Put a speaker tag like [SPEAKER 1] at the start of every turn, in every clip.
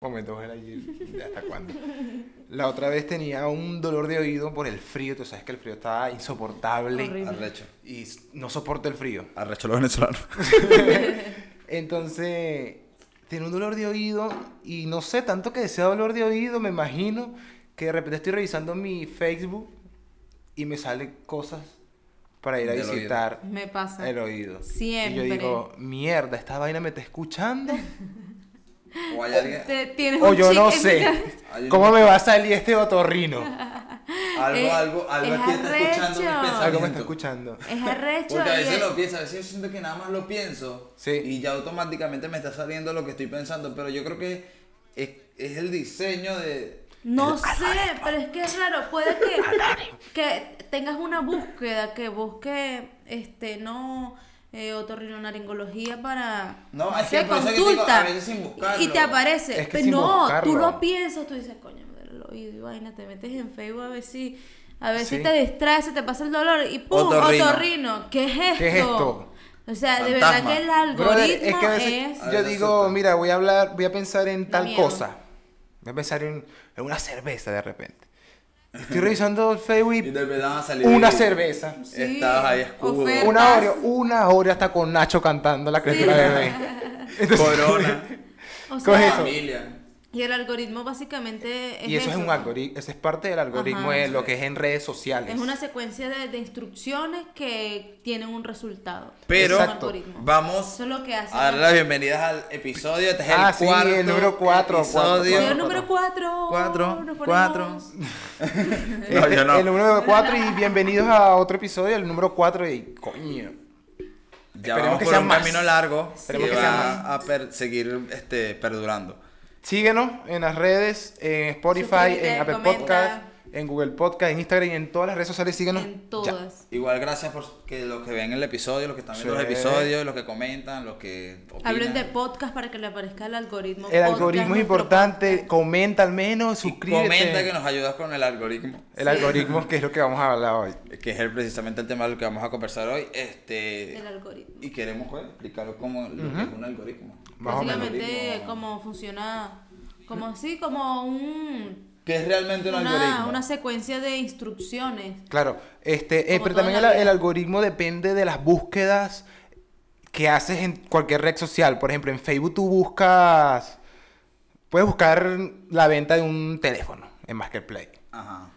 [SPEAKER 1] Momento, ojalá, y- ¿hasta cuándo? La otra vez tenía un dolor de oído por el frío, tú sabes que el frío está insoportable
[SPEAKER 2] Horrible.
[SPEAKER 3] Arrecho.
[SPEAKER 1] y s- no soporto el frío.
[SPEAKER 3] Arrecho los venezolanos.
[SPEAKER 1] Entonces, tiene un dolor de oído y no sé, tanto que sea dolor de oído, me imagino que de repente estoy revisando mi Facebook y me salen cosas para ir a
[SPEAKER 3] Del oído.
[SPEAKER 1] visitar
[SPEAKER 2] Me pasa.
[SPEAKER 1] el oído.
[SPEAKER 2] Siempre.
[SPEAKER 1] Y yo digo, mierda, esta vaina me está escuchando.
[SPEAKER 3] O hay alguien.
[SPEAKER 2] Te- tienes
[SPEAKER 1] o
[SPEAKER 2] un
[SPEAKER 1] yo
[SPEAKER 2] chic
[SPEAKER 1] no
[SPEAKER 2] en tu cabeza.
[SPEAKER 1] sé
[SPEAKER 3] Hay un-
[SPEAKER 1] cómo me va a salir este otorrino.
[SPEAKER 3] Algo,
[SPEAKER 2] Eh,
[SPEAKER 3] algo, algo
[SPEAKER 2] es
[SPEAKER 3] aquí está escuchando mis
[SPEAKER 2] arrecho.
[SPEAKER 3] pensamientos.
[SPEAKER 1] Algo me está escuchando.
[SPEAKER 2] Es arrecho.
[SPEAKER 3] Porque a
[SPEAKER 2] y
[SPEAKER 3] veces
[SPEAKER 2] es-
[SPEAKER 3] lo pienso, a veces yo siento que nada más lo pienso
[SPEAKER 1] Sí.
[SPEAKER 3] y ya automáticamente me está saliendo lo que estoy pensando, pero yo creo que es, es el diseño de...
[SPEAKER 2] No sé, pero es que es raro. Puede que, que tengas una búsqueda, que busque, este, no, eh, otorrinolaringología para.
[SPEAKER 3] No,
[SPEAKER 2] no
[SPEAKER 3] es que
[SPEAKER 2] sé,
[SPEAKER 3] por eso que digo, a veces sin buscarlo.
[SPEAKER 2] y te aparece.
[SPEAKER 1] Es que
[SPEAKER 2] Pero
[SPEAKER 1] sin
[SPEAKER 2] no, tú
[SPEAKER 1] buscarlo.
[SPEAKER 2] lo piensas, tú dices, coño, me duele el oído y vaina, te metes en Facebook a ver si. A ver
[SPEAKER 1] Sí.
[SPEAKER 2] si te distraes, se te pasa el dolor y ¡pum!
[SPEAKER 3] Otorrino.
[SPEAKER 2] Otorrino. ¿Qué es esto?
[SPEAKER 1] ¿Qué es esto?
[SPEAKER 2] O sea, de
[SPEAKER 3] Fantasma.
[SPEAKER 2] verdad que el
[SPEAKER 1] Brother,
[SPEAKER 2] algoritmo
[SPEAKER 1] es que a veces
[SPEAKER 3] A
[SPEAKER 1] yo
[SPEAKER 3] ver,
[SPEAKER 1] digo,
[SPEAKER 3] asusta.
[SPEAKER 1] mira, voy a hablar, voy a pensar en
[SPEAKER 2] Da
[SPEAKER 1] tal
[SPEAKER 2] miedo.
[SPEAKER 1] cosa. Voy a pensar en, en una cerveza de repente. Estoy revisando el Facebook
[SPEAKER 3] Y
[SPEAKER 1] y
[SPEAKER 3] de verdad va a salir...
[SPEAKER 1] una
[SPEAKER 3] ahí.
[SPEAKER 1] cerveza.
[SPEAKER 2] Sí,
[SPEAKER 3] Estabas ahí escudo.
[SPEAKER 2] ofertas.
[SPEAKER 1] Una Oreo, una Oreo hasta con Nacho cantando la criatura bebé.
[SPEAKER 3] Corona.
[SPEAKER 2] O sea,
[SPEAKER 1] Coge eso.
[SPEAKER 3] familia.
[SPEAKER 2] Y el algoritmo básicamente es
[SPEAKER 1] Y eso es un algoritmo, eso es parte del algoritmo
[SPEAKER 2] Ajá.
[SPEAKER 1] de lo que es en redes sociales.
[SPEAKER 2] Es una secuencia de, de instrucciones que tienen un resultado.
[SPEAKER 3] Pero
[SPEAKER 2] Es un
[SPEAKER 1] Exacto.
[SPEAKER 2] algoritmo.
[SPEAKER 3] vamos
[SPEAKER 2] Eso es lo que hace.
[SPEAKER 3] a darle las bienvenidas al episodio. Este es el
[SPEAKER 1] Ah, sí, el
[SPEAKER 3] cuarto
[SPEAKER 1] número cuatro,
[SPEAKER 3] episodio.
[SPEAKER 1] cuatro,
[SPEAKER 2] Señor número 4.
[SPEAKER 3] Cuatro, cuatro.
[SPEAKER 1] Este, El número 4 y bienvenidos a otro episodio, el número 4 y coño.
[SPEAKER 3] Ya
[SPEAKER 1] Esperemos
[SPEAKER 3] vamos
[SPEAKER 1] que
[SPEAKER 3] por
[SPEAKER 1] sea
[SPEAKER 3] un
[SPEAKER 1] más.
[SPEAKER 3] camino largo
[SPEAKER 1] Esperemos
[SPEAKER 3] que,
[SPEAKER 1] que sea
[SPEAKER 3] va a per- seguir este, perdurando.
[SPEAKER 1] Síguenos en las redes, en Spotify,
[SPEAKER 2] Suscríbete,
[SPEAKER 1] en Apple
[SPEAKER 2] comenta.
[SPEAKER 1] Podcast, en Google Podcast, en Instagram y en todas las redes sociales. Síguenos.
[SPEAKER 2] En
[SPEAKER 1] ya.
[SPEAKER 2] todas.
[SPEAKER 3] Igual gracias por que los que ven el episodio, los que están viendo
[SPEAKER 1] Sí.
[SPEAKER 3] los episodios, los que comentan, los que opinan.
[SPEAKER 2] Hablen de podcast para que le aparezca el algoritmo.
[SPEAKER 1] El
[SPEAKER 2] Podcast,
[SPEAKER 1] algoritmo es
[SPEAKER 2] nuestro
[SPEAKER 1] importante.
[SPEAKER 2] podcast.
[SPEAKER 1] Comenta al menos,
[SPEAKER 3] Y
[SPEAKER 1] suscríbete.
[SPEAKER 3] Comenta que nos ayudas con el algoritmo,
[SPEAKER 1] El algoritmo, que es lo que vamos a hablar hoy.
[SPEAKER 3] que es el- precisamente el tema del que vamos a conversar hoy. Este,
[SPEAKER 2] El algoritmo.
[SPEAKER 3] y queremos pues, explicar cómo lo que es un algoritmo.
[SPEAKER 1] Más o menos.
[SPEAKER 2] Básicamente,
[SPEAKER 3] Algoritmo.
[SPEAKER 2] cómo funciona. Como así, como un.
[SPEAKER 3] ¿Qué es realmente un
[SPEAKER 2] Una,
[SPEAKER 3] algoritmo?
[SPEAKER 2] una secuencia de instrucciones.
[SPEAKER 1] Claro, este, eh, pero
[SPEAKER 2] Como todo en
[SPEAKER 1] también el,
[SPEAKER 2] la vida.
[SPEAKER 1] el algoritmo depende de las búsquedas que haces en cualquier red social. Por ejemplo, en Facebook tú buscas, puedes buscar la venta de un teléfono en Marketplace.
[SPEAKER 3] Ajá.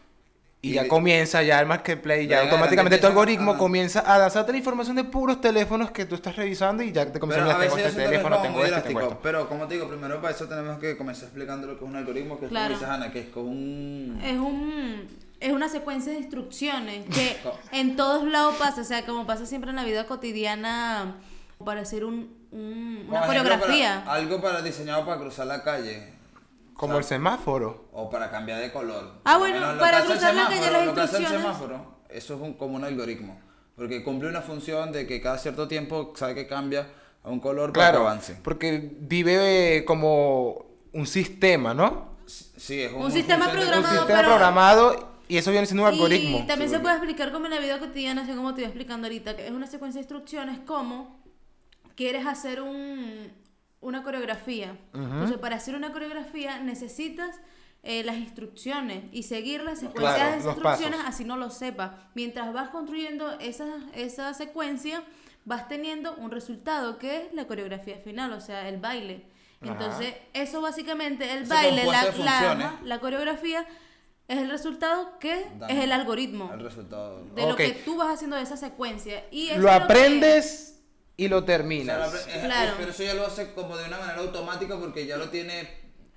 [SPEAKER 1] Y,
[SPEAKER 3] Y
[SPEAKER 1] ya
[SPEAKER 3] de-
[SPEAKER 1] comienza ya el Marketplace, ya
[SPEAKER 3] Venga,
[SPEAKER 1] automáticamente tu
[SPEAKER 3] grande,
[SPEAKER 1] algoritmo
[SPEAKER 3] ajá.
[SPEAKER 1] comienza a lanzarte la información de puros teléfonos que tú estás revisando y ya te comienza mira,
[SPEAKER 3] Pero a
[SPEAKER 1] tengo
[SPEAKER 3] veces
[SPEAKER 1] este
[SPEAKER 3] eso también
[SPEAKER 1] teléfono,
[SPEAKER 3] es como
[SPEAKER 1] tengo
[SPEAKER 3] muy
[SPEAKER 1] este, tengo
[SPEAKER 3] drástico.
[SPEAKER 1] esto.
[SPEAKER 3] Pero como te digo, primero para eso tenemos que comenzar explicando lo que es un algoritmo, que es como
[SPEAKER 2] Claro.
[SPEAKER 3] dices Ana, que es como un...
[SPEAKER 2] Es un es una secuencia de instrucciones que en todos lados pasa, o sea, como pasa siempre en la vida cotidiana para hacer un, un- una
[SPEAKER 3] Como ejemplo,
[SPEAKER 2] coreografía.
[SPEAKER 3] para- algo para diseñado para cruzar la calle
[SPEAKER 1] Como el semáforo.
[SPEAKER 3] o para cambiar de color.
[SPEAKER 2] Ah,
[SPEAKER 3] Por lo
[SPEAKER 2] bueno,
[SPEAKER 3] menos lo
[SPEAKER 2] para
[SPEAKER 3] que hace el
[SPEAKER 2] cruzar la calle,
[SPEAKER 3] semáforo,
[SPEAKER 2] las
[SPEAKER 3] lo que hace el
[SPEAKER 2] instrucciones.
[SPEAKER 3] semáforo, eso es un, como un algoritmo, porque cumple una función de que cada cierto tiempo sabe que cambia a un color para
[SPEAKER 1] Claro,
[SPEAKER 3] que avance.
[SPEAKER 1] porque vive eh, como un sistema, ¿no?
[SPEAKER 3] Sí, es
[SPEAKER 2] Un sistema
[SPEAKER 3] funciona-
[SPEAKER 1] un
[SPEAKER 2] programado.
[SPEAKER 1] sistema
[SPEAKER 2] pero-
[SPEAKER 1] programado y eso viene siendo un algoritmo.
[SPEAKER 2] Y también
[SPEAKER 3] Sí,
[SPEAKER 2] se puede explicar como en la vida cotidiana, así como te iba explicando ahorita, que es una secuencia de instrucciones como quieres hacer un, una coreografía. Entonces, para hacer una coreografía necesitas eh, las instrucciones y seguir las secuencias
[SPEAKER 1] Claro,
[SPEAKER 2] de
[SPEAKER 1] los
[SPEAKER 2] instrucciones
[SPEAKER 1] pasos.
[SPEAKER 2] así no lo sepas. Mientras vas construyendo esa, esa secuencia, vas teniendo un resultado que es la coreografía final, o sea, el baile. Entonces, eso básicamente, el
[SPEAKER 3] Ese
[SPEAKER 2] baile, la,
[SPEAKER 3] conjunto de
[SPEAKER 2] la-
[SPEAKER 3] funciones.
[SPEAKER 2] ajá, la coreografía es el resultado que
[SPEAKER 3] Da-
[SPEAKER 2] es el algoritmo
[SPEAKER 3] El resultado.
[SPEAKER 2] de lo
[SPEAKER 1] Ok.
[SPEAKER 2] que tú vas haciendo de esa secuencia. Y eso
[SPEAKER 1] lo
[SPEAKER 2] es que-
[SPEAKER 1] aprendes y lo
[SPEAKER 3] O sea,
[SPEAKER 1] terminas.
[SPEAKER 3] la pre- es-
[SPEAKER 2] Claro.
[SPEAKER 3] Pero eso ya lo hace como de una manera automática porque ya lo tiene,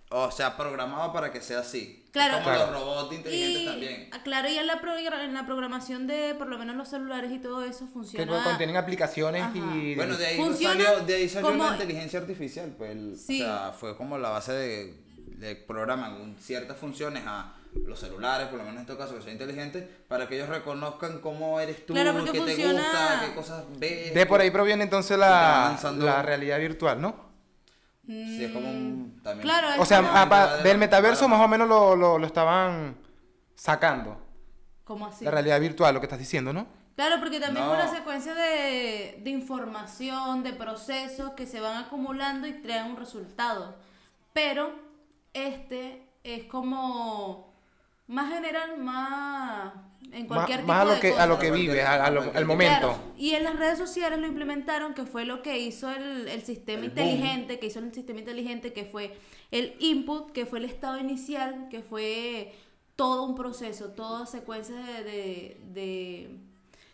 [SPEAKER 3] o sea, programado para que sea así.
[SPEAKER 2] Claro.
[SPEAKER 3] Como
[SPEAKER 1] Claro.
[SPEAKER 3] los robots inteligentes
[SPEAKER 2] y,
[SPEAKER 3] también.
[SPEAKER 2] ah, Claro, y en la, progra- en la programación de por lo menos los celulares y todo eso
[SPEAKER 1] que
[SPEAKER 2] funciona.
[SPEAKER 1] co- contienen aplicaciones
[SPEAKER 2] Ajá.
[SPEAKER 1] y...
[SPEAKER 3] Bueno, de ahí
[SPEAKER 2] Funciona
[SPEAKER 3] salió, de ahí salió la
[SPEAKER 2] como-
[SPEAKER 3] inteligencia artificial, pues, el-
[SPEAKER 2] Sí.
[SPEAKER 3] o sea, fue como la base de, de programan un- ciertas funciones a los celulares, por lo menos en este caso que son inteligentes, para que ellos reconozcan cómo eres tú,
[SPEAKER 2] Claro, porque
[SPEAKER 3] qué te
[SPEAKER 2] funciona-
[SPEAKER 3] gusta, qué cosas ves.
[SPEAKER 1] de por ahí proviene entonces
[SPEAKER 3] Está
[SPEAKER 1] la,
[SPEAKER 3] avanzando.
[SPEAKER 1] la realidad virtual, ¿no?
[SPEAKER 3] Sí, es como un- también-
[SPEAKER 2] Claro, es
[SPEAKER 1] O sea,
[SPEAKER 2] como-
[SPEAKER 1] ah, pa- del metaverso
[SPEAKER 3] Claro.
[SPEAKER 1] más o menos lo, lo- lo estaban sacando.
[SPEAKER 2] ¿Cómo así?
[SPEAKER 1] La realidad virtual, lo que estás diciendo, ¿no?
[SPEAKER 2] Claro, porque también
[SPEAKER 3] No.
[SPEAKER 2] es una secuencia de, de información, de procesos que se van acumulando y crean un resultado. Pero este es como más general, más en
[SPEAKER 1] Más,
[SPEAKER 2] cualquier tipo
[SPEAKER 1] más a lo
[SPEAKER 2] de
[SPEAKER 1] que, a lo
[SPEAKER 2] cosa.
[SPEAKER 1] que vives, a- a lo- al
[SPEAKER 2] Claro,
[SPEAKER 1] momento.
[SPEAKER 2] Y en las redes sociales lo implementaron, que fue lo que hizo el, el sistema
[SPEAKER 3] El boom.
[SPEAKER 2] inteligente, que hizo el sistema inteligente, que fue el input, que fue el estado inicial, que fue todo un proceso, todas secuencias de, de- de-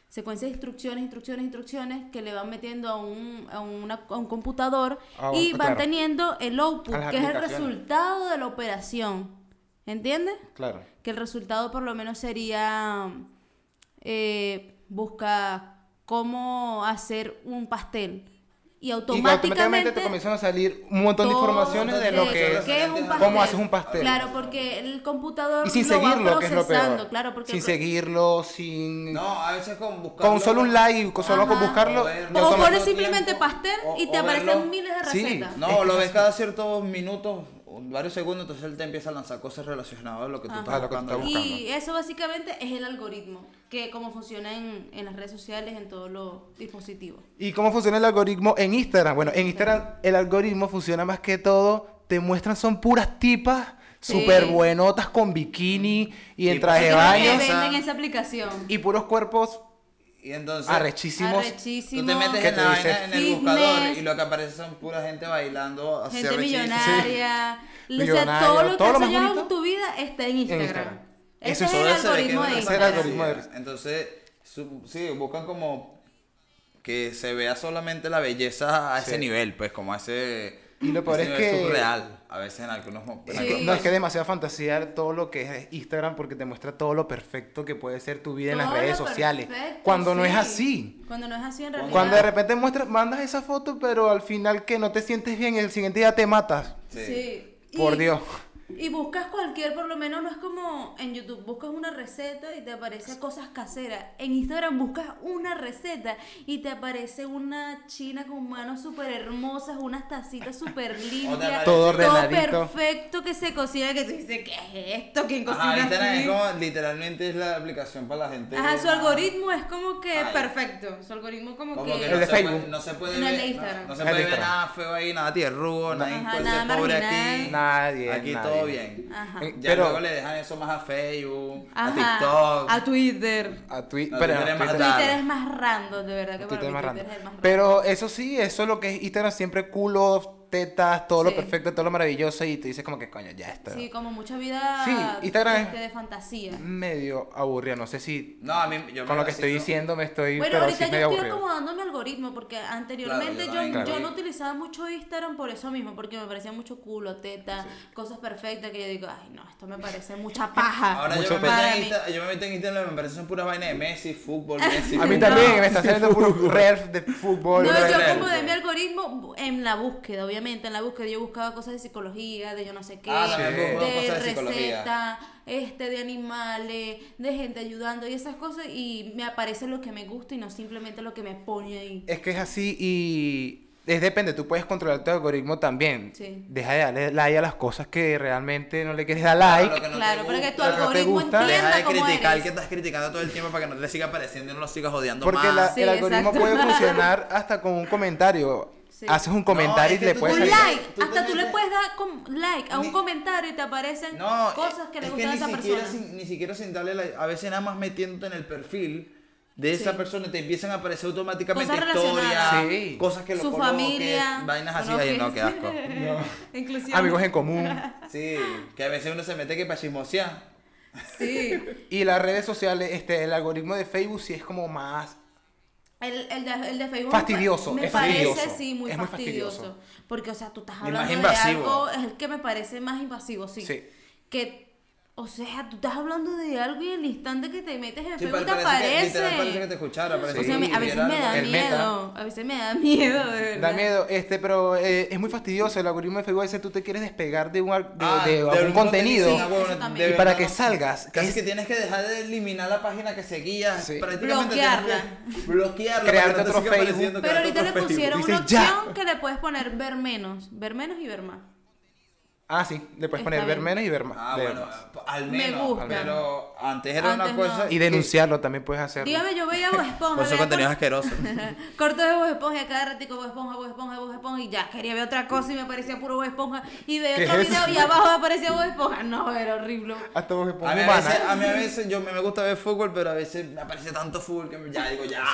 [SPEAKER 2] secuencias de instrucciones, instrucciones, instrucciones que le van metiendo a un, a una- a un computador
[SPEAKER 1] Ah,
[SPEAKER 2] y
[SPEAKER 1] bueno,
[SPEAKER 2] van
[SPEAKER 1] claro.
[SPEAKER 2] teniendo el output,
[SPEAKER 1] A las
[SPEAKER 2] que es el
[SPEAKER 1] aplicaciones.
[SPEAKER 2] resultado de la operación. ¿Entiendes?
[SPEAKER 1] Claro.
[SPEAKER 2] que el resultado por lo menos sería eh, busca cómo hacer un pastel
[SPEAKER 1] Y
[SPEAKER 2] y
[SPEAKER 1] que automáticamente
[SPEAKER 2] automáticamente
[SPEAKER 1] te comienzan a salir un montón de
[SPEAKER 2] todo
[SPEAKER 1] informaciones de lo
[SPEAKER 2] de
[SPEAKER 1] que
[SPEAKER 2] qué es un
[SPEAKER 1] es,
[SPEAKER 2] pastel.
[SPEAKER 1] cómo haces un pastel.
[SPEAKER 2] claro porque el computador
[SPEAKER 1] Y sin
[SPEAKER 2] lo va
[SPEAKER 1] seguirlo, que es lo
[SPEAKER 2] procesando,
[SPEAKER 1] peor.
[SPEAKER 2] claro porque
[SPEAKER 1] sin
[SPEAKER 2] el pro-
[SPEAKER 1] seguirlo, sin...
[SPEAKER 3] No, a veces con buscarlo.
[SPEAKER 1] con solo un like, con solo con
[SPEAKER 2] Ajá.
[SPEAKER 1] buscarlo.
[SPEAKER 3] O ver-
[SPEAKER 1] ya
[SPEAKER 2] o
[SPEAKER 1] son-
[SPEAKER 3] somos
[SPEAKER 2] pones
[SPEAKER 3] todo
[SPEAKER 2] simplemente
[SPEAKER 3] tiempo,
[SPEAKER 2] pastel
[SPEAKER 3] o-
[SPEAKER 2] y te
[SPEAKER 3] o
[SPEAKER 2] aparecen
[SPEAKER 3] verlo.
[SPEAKER 2] miles de
[SPEAKER 1] Sí.
[SPEAKER 2] recetas
[SPEAKER 1] Es
[SPEAKER 3] Ah, No,
[SPEAKER 1] que
[SPEAKER 3] lo
[SPEAKER 1] es
[SPEAKER 3] ves
[SPEAKER 1] así.
[SPEAKER 3] cada ciertos minutos, varios segundos, entonces él te empieza a lanzar cosas relacionadas a lo que tú
[SPEAKER 2] Ajá.
[SPEAKER 3] estás
[SPEAKER 1] A lo que tú
[SPEAKER 3] buscando.
[SPEAKER 1] estás
[SPEAKER 2] y eso básicamente es el algoritmo que cómo funciona en, en las redes sociales en todos los dispositivos
[SPEAKER 1] ¿Y cómo funciona el algoritmo en Instagram? Bueno, en Instagram el algoritmo funciona más que todo, te muestran son puras tipas,
[SPEAKER 2] Sí.
[SPEAKER 1] súper buenotas con bikini y en
[SPEAKER 3] Y
[SPEAKER 1] traje de
[SPEAKER 2] Porque es lo que
[SPEAKER 1] baño
[SPEAKER 3] o sea-
[SPEAKER 2] venden esa aplicación
[SPEAKER 1] y puros cuerpos
[SPEAKER 3] Y entonces.
[SPEAKER 1] arrechísimos.
[SPEAKER 2] Arrechísimo.
[SPEAKER 3] Tú te metes
[SPEAKER 1] ¿Qué
[SPEAKER 3] en,
[SPEAKER 1] te
[SPEAKER 3] la
[SPEAKER 1] dice?
[SPEAKER 3] vaina, en el buscador
[SPEAKER 2] Fitness.
[SPEAKER 3] y lo que aparece son pura gente bailando. así
[SPEAKER 2] gente
[SPEAKER 3] arrechísimo.
[SPEAKER 2] millonaria.
[SPEAKER 1] Sí.
[SPEAKER 2] O sea, todo
[SPEAKER 1] Millonario,
[SPEAKER 2] lo que
[SPEAKER 1] todo lo
[SPEAKER 2] has
[SPEAKER 1] más
[SPEAKER 2] hallado en
[SPEAKER 1] bonito
[SPEAKER 2] tu vida está en Instagram.
[SPEAKER 1] Instagram.
[SPEAKER 2] Ese
[SPEAKER 1] Eso
[SPEAKER 2] es
[SPEAKER 1] es
[SPEAKER 2] el
[SPEAKER 3] Todo se ve que
[SPEAKER 2] algoritmo
[SPEAKER 3] es
[SPEAKER 2] de
[SPEAKER 3] una
[SPEAKER 1] Ese
[SPEAKER 2] Instagram.
[SPEAKER 1] el algoritmo de
[SPEAKER 3] fantasía. Entonces, su- sí, buscan como que se vea solamente la belleza a ese
[SPEAKER 1] Sí.
[SPEAKER 3] nivel, pues como a ese.
[SPEAKER 1] Y lo peor
[SPEAKER 3] ese
[SPEAKER 1] es
[SPEAKER 3] nivel
[SPEAKER 1] que-
[SPEAKER 3] surreal, a veces en algunos mo- en
[SPEAKER 1] Que-
[SPEAKER 2] Sí.
[SPEAKER 3] algunos-
[SPEAKER 1] No, es que es demasiada fantasía todo lo que es Instagram porque te muestra todo lo perfecto que puede ser tu vida en las
[SPEAKER 2] Todo
[SPEAKER 1] redes
[SPEAKER 2] lo
[SPEAKER 1] sociales.
[SPEAKER 2] perfecto,
[SPEAKER 1] Cuando no
[SPEAKER 2] sí.
[SPEAKER 1] es así.
[SPEAKER 2] Cuando no es así en realidad.
[SPEAKER 1] Cuando de repente muestras, mandas esa foto, pero al final que no te sientes bien, el siguiente día te matas.
[SPEAKER 3] Sí.
[SPEAKER 2] Sí.
[SPEAKER 1] Por
[SPEAKER 2] Y-
[SPEAKER 1] Dios.
[SPEAKER 2] Y buscas cualquier, por lo menos no es como en YouTube, buscas una receta y te aparecen cosas caseras. En Instagram buscas una receta y te aparece una china con manos súper hermosas, unas tacitas súper limpias,
[SPEAKER 3] aparece-
[SPEAKER 1] Todo ordenadito.
[SPEAKER 2] perfecto que se cocina, que tú dices, ¿qué es esto? ¿Quién
[SPEAKER 3] Ajá,
[SPEAKER 2] cocina
[SPEAKER 3] Instagram es
[SPEAKER 2] así?
[SPEAKER 3] como, literalmente es la aplicación para la gente.
[SPEAKER 2] Ajá, su
[SPEAKER 3] más-
[SPEAKER 2] algoritmo es como que
[SPEAKER 3] Ay.
[SPEAKER 2] perfecto. Su algoritmo como,
[SPEAKER 3] Como que
[SPEAKER 1] El
[SPEAKER 3] no
[SPEAKER 1] de
[SPEAKER 3] se
[SPEAKER 1] Facebook.
[SPEAKER 3] puede- no se puede
[SPEAKER 2] No, el de
[SPEAKER 3] ver,
[SPEAKER 2] Instagram.
[SPEAKER 3] no, no se
[SPEAKER 1] El de
[SPEAKER 3] puede ver
[SPEAKER 1] Instagram.
[SPEAKER 3] nada feo ahí, nada tierrugo, nada,
[SPEAKER 2] Ajá,
[SPEAKER 3] puede
[SPEAKER 2] nada
[SPEAKER 3] ser pobre
[SPEAKER 2] marginal.
[SPEAKER 3] aquí.
[SPEAKER 1] Nadie,
[SPEAKER 3] Aquí
[SPEAKER 1] nadie.
[SPEAKER 3] todo bien.
[SPEAKER 2] Ajá.
[SPEAKER 1] Eh,
[SPEAKER 3] Ya
[SPEAKER 1] pero
[SPEAKER 3] luego le dejan eso más a Facebook,
[SPEAKER 2] Ajá,
[SPEAKER 3] a TikTok.
[SPEAKER 2] a Twitter.
[SPEAKER 1] a Twi-
[SPEAKER 3] No,
[SPEAKER 1] pero no,
[SPEAKER 3] Twitter es más
[SPEAKER 1] Twitter-
[SPEAKER 3] Claro.
[SPEAKER 2] Twitter es más random, de verdad que
[SPEAKER 1] Twitter es más
[SPEAKER 2] para mí
[SPEAKER 1] random.
[SPEAKER 2] Twitter es el más random.
[SPEAKER 1] Pero eso sí, eso es lo que es Instagram, siempre culo, tetas, todo
[SPEAKER 2] Sí.
[SPEAKER 1] lo perfecto, todo lo maravilloso y te dices como que coño, ya está.
[SPEAKER 2] Sí, como mucha vida
[SPEAKER 1] Sí, Instagram es- Mm,
[SPEAKER 2] este, de fantasía.
[SPEAKER 1] Medio aburrido, no sé si
[SPEAKER 3] No, a mí, yo
[SPEAKER 1] con
[SPEAKER 3] me
[SPEAKER 1] lo que estoy
[SPEAKER 3] vacilo.
[SPEAKER 1] diciendo me estoy,
[SPEAKER 2] Bueno,
[SPEAKER 1] pero sí
[SPEAKER 2] ahorita
[SPEAKER 1] es
[SPEAKER 2] yo
[SPEAKER 1] medio
[SPEAKER 2] estoy
[SPEAKER 1] aburrido.
[SPEAKER 2] acomodando mi algoritmo porque anteriormente
[SPEAKER 3] yo
[SPEAKER 2] yo,
[SPEAKER 3] también,
[SPEAKER 2] yo,
[SPEAKER 1] claro.
[SPEAKER 2] no utilizaba mucho Instagram por eso mismo, porque me parecía mucho culo, teta, cosas perfectas que yo digo, ay no, esto me parece mucha paja.
[SPEAKER 3] Ahora yo
[SPEAKER 1] Mucho
[SPEAKER 3] me, meto
[SPEAKER 2] para
[SPEAKER 3] en
[SPEAKER 2] mí.
[SPEAKER 3] Insta- yo me meto en Instagram y me parecen puras vainas de Messi, fútbol, Messi.
[SPEAKER 1] A mí
[SPEAKER 3] fútbol.
[SPEAKER 1] también me está saliendo puro ref de fútbol.
[SPEAKER 2] No,
[SPEAKER 1] ref
[SPEAKER 2] yo
[SPEAKER 1] de-
[SPEAKER 2] como de mi algoritmo en la búsqueda, obviamente, en la búsqueda yo buscaba cosas de psicología, de yo no sé qué,
[SPEAKER 3] Ah,
[SPEAKER 1] también
[SPEAKER 2] de,
[SPEAKER 1] buscaba
[SPEAKER 3] cosas de psicología.
[SPEAKER 2] recetas, este, de animales, de gente ayudando y esas cosas, y me aparece lo que me gusta y no simplemente lo que me pone ahí.
[SPEAKER 1] Es que es así y es depende, tú puedes controlar tu algoritmo también.
[SPEAKER 2] Sí.
[SPEAKER 1] Deja de darle like a las cosas que realmente no le quieres dar
[SPEAKER 3] Claro,
[SPEAKER 1] like.
[SPEAKER 3] lo que no te
[SPEAKER 2] claro, porque tu
[SPEAKER 3] gusta, lo que no
[SPEAKER 1] gusta.
[SPEAKER 2] algoritmo
[SPEAKER 3] te
[SPEAKER 2] entienda
[SPEAKER 3] Deja de
[SPEAKER 2] cómo
[SPEAKER 3] criticar
[SPEAKER 2] eres.
[SPEAKER 3] que estás criticando todo el tiempo para que no te siga apareciendo y no lo sigas odiando
[SPEAKER 1] Porque
[SPEAKER 3] más.
[SPEAKER 1] la-
[SPEAKER 2] Sí,
[SPEAKER 1] el algoritmo
[SPEAKER 2] exacto.
[SPEAKER 1] puede funcionar hasta con un comentario.
[SPEAKER 2] Sí.
[SPEAKER 1] Haces un
[SPEAKER 3] No,
[SPEAKER 1] comentario
[SPEAKER 3] es
[SPEAKER 1] y
[SPEAKER 3] que
[SPEAKER 1] le
[SPEAKER 3] tú
[SPEAKER 1] puedes
[SPEAKER 2] un
[SPEAKER 3] tienes-
[SPEAKER 1] salir.
[SPEAKER 2] like,
[SPEAKER 3] tú te
[SPEAKER 2] hasta tú le
[SPEAKER 3] metes-
[SPEAKER 2] puedes dar com- like a un
[SPEAKER 3] Ni-
[SPEAKER 2] comentario y te aparecen
[SPEAKER 3] No,
[SPEAKER 2] cosas que
[SPEAKER 3] es
[SPEAKER 2] le gustan a
[SPEAKER 3] ni
[SPEAKER 2] esa
[SPEAKER 3] siquiera
[SPEAKER 2] persona.
[SPEAKER 3] sin- ni siquiera sin darle la- a veces nada más metiéndote en el perfil de esa
[SPEAKER 2] Sí.
[SPEAKER 3] persona te empiezan a aparecer automáticamente
[SPEAKER 2] Cosas
[SPEAKER 3] historias,
[SPEAKER 2] relacionadas.
[SPEAKER 1] Sí.
[SPEAKER 3] cosas que lo
[SPEAKER 2] Su
[SPEAKER 3] coloques,
[SPEAKER 2] familia.
[SPEAKER 3] vainas así,
[SPEAKER 2] ¿no?
[SPEAKER 3] ay, no, qué asco.
[SPEAKER 2] Inclusive.
[SPEAKER 1] Amigos en común.
[SPEAKER 3] Sí, que a veces uno se mete que para chismosear.
[SPEAKER 2] Sí.
[SPEAKER 1] Y las redes sociales, este, el algoritmo de Facebook sí es como más.
[SPEAKER 2] El, el, de, el de Facebook.
[SPEAKER 1] Fastidioso,
[SPEAKER 2] Me
[SPEAKER 1] es
[SPEAKER 2] parece,
[SPEAKER 1] fastidioso,
[SPEAKER 2] sí, muy
[SPEAKER 1] es muy
[SPEAKER 2] fastidioso.
[SPEAKER 1] fastidioso.
[SPEAKER 2] Porque, o sea, tú estás
[SPEAKER 3] Y
[SPEAKER 2] hablando
[SPEAKER 3] más
[SPEAKER 2] de
[SPEAKER 3] invasivo.
[SPEAKER 2] algo. Es el que me parece más invasivo, sí.
[SPEAKER 1] Sí.
[SPEAKER 2] Que. O sea, tú estás hablando de algo y el instante que te metes en
[SPEAKER 3] Sí,
[SPEAKER 2] Facebook te
[SPEAKER 3] parece que,
[SPEAKER 2] aparece.
[SPEAKER 3] literal parece que te escucharon.
[SPEAKER 2] o sea, me- a veces me da
[SPEAKER 1] el meta.
[SPEAKER 2] miedo. A veces me da miedo, de verdad.
[SPEAKER 1] Da miedo, este, pero eh, es muy fastidioso el algoritmo de Facebook. A veces tú te quieres despegar de un, al-
[SPEAKER 3] Ah,
[SPEAKER 1] de, de algún contenido.
[SPEAKER 2] sí, eso también.
[SPEAKER 1] Y para que salgas,
[SPEAKER 3] Casi
[SPEAKER 1] es-
[SPEAKER 3] que tienes que dejar de eliminar la página que seguías.
[SPEAKER 1] Sí.
[SPEAKER 3] Prácticamente
[SPEAKER 2] Bloquearla.
[SPEAKER 3] tienes que Bloquearla.
[SPEAKER 1] Crearte
[SPEAKER 3] para que no te
[SPEAKER 1] otro
[SPEAKER 3] siga
[SPEAKER 1] Facebook.
[SPEAKER 3] apareciendo,
[SPEAKER 2] Pero
[SPEAKER 3] crearte
[SPEAKER 2] ahorita le
[SPEAKER 3] otro Facebook.
[SPEAKER 2] pusieron
[SPEAKER 1] Dices,
[SPEAKER 2] una
[SPEAKER 1] "Ya".
[SPEAKER 2] opción que le puedes poner ver menos. Ver menos y ver más.
[SPEAKER 1] Ah, sí, le puedes
[SPEAKER 2] Está
[SPEAKER 1] poner ver
[SPEAKER 2] bien.
[SPEAKER 1] menos y ver más.
[SPEAKER 3] Ah,
[SPEAKER 1] ver
[SPEAKER 3] bueno,
[SPEAKER 1] más.
[SPEAKER 3] al
[SPEAKER 2] Me
[SPEAKER 3] menos.
[SPEAKER 2] gusta.
[SPEAKER 3] Pero antes era
[SPEAKER 2] Antes
[SPEAKER 3] una cosa.
[SPEAKER 2] no.
[SPEAKER 1] Y denunciarlo también puedes hacer.
[SPEAKER 2] Dígame, yo veía Bob Esponja.
[SPEAKER 3] Por eso
[SPEAKER 2] veía
[SPEAKER 3] contenido
[SPEAKER 2] cor-
[SPEAKER 3] asqueroso.
[SPEAKER 2] Cortos de Bob Esponja, cada ratico Bob Esponja, Bob Esponja, Bob Esponja. Y ya quería ver otra cosa y me aparecía puro Bob Esponja. Y veía
[SPEAKER 1] ¿Qué
[SPEAKER 2] otro
[SPEAKER 1] es eso?
[SPEAKER 2] video y abajo me aparecía Bob Esponja. No, era horrible.
[SPEAKER 1] Hasta vos
[SPEAKER 3] A mí a veces, a mí a veces- yo me me gusta ver fútbol, pero a veces me aparece tanto fútbol que me- ya digo, ya.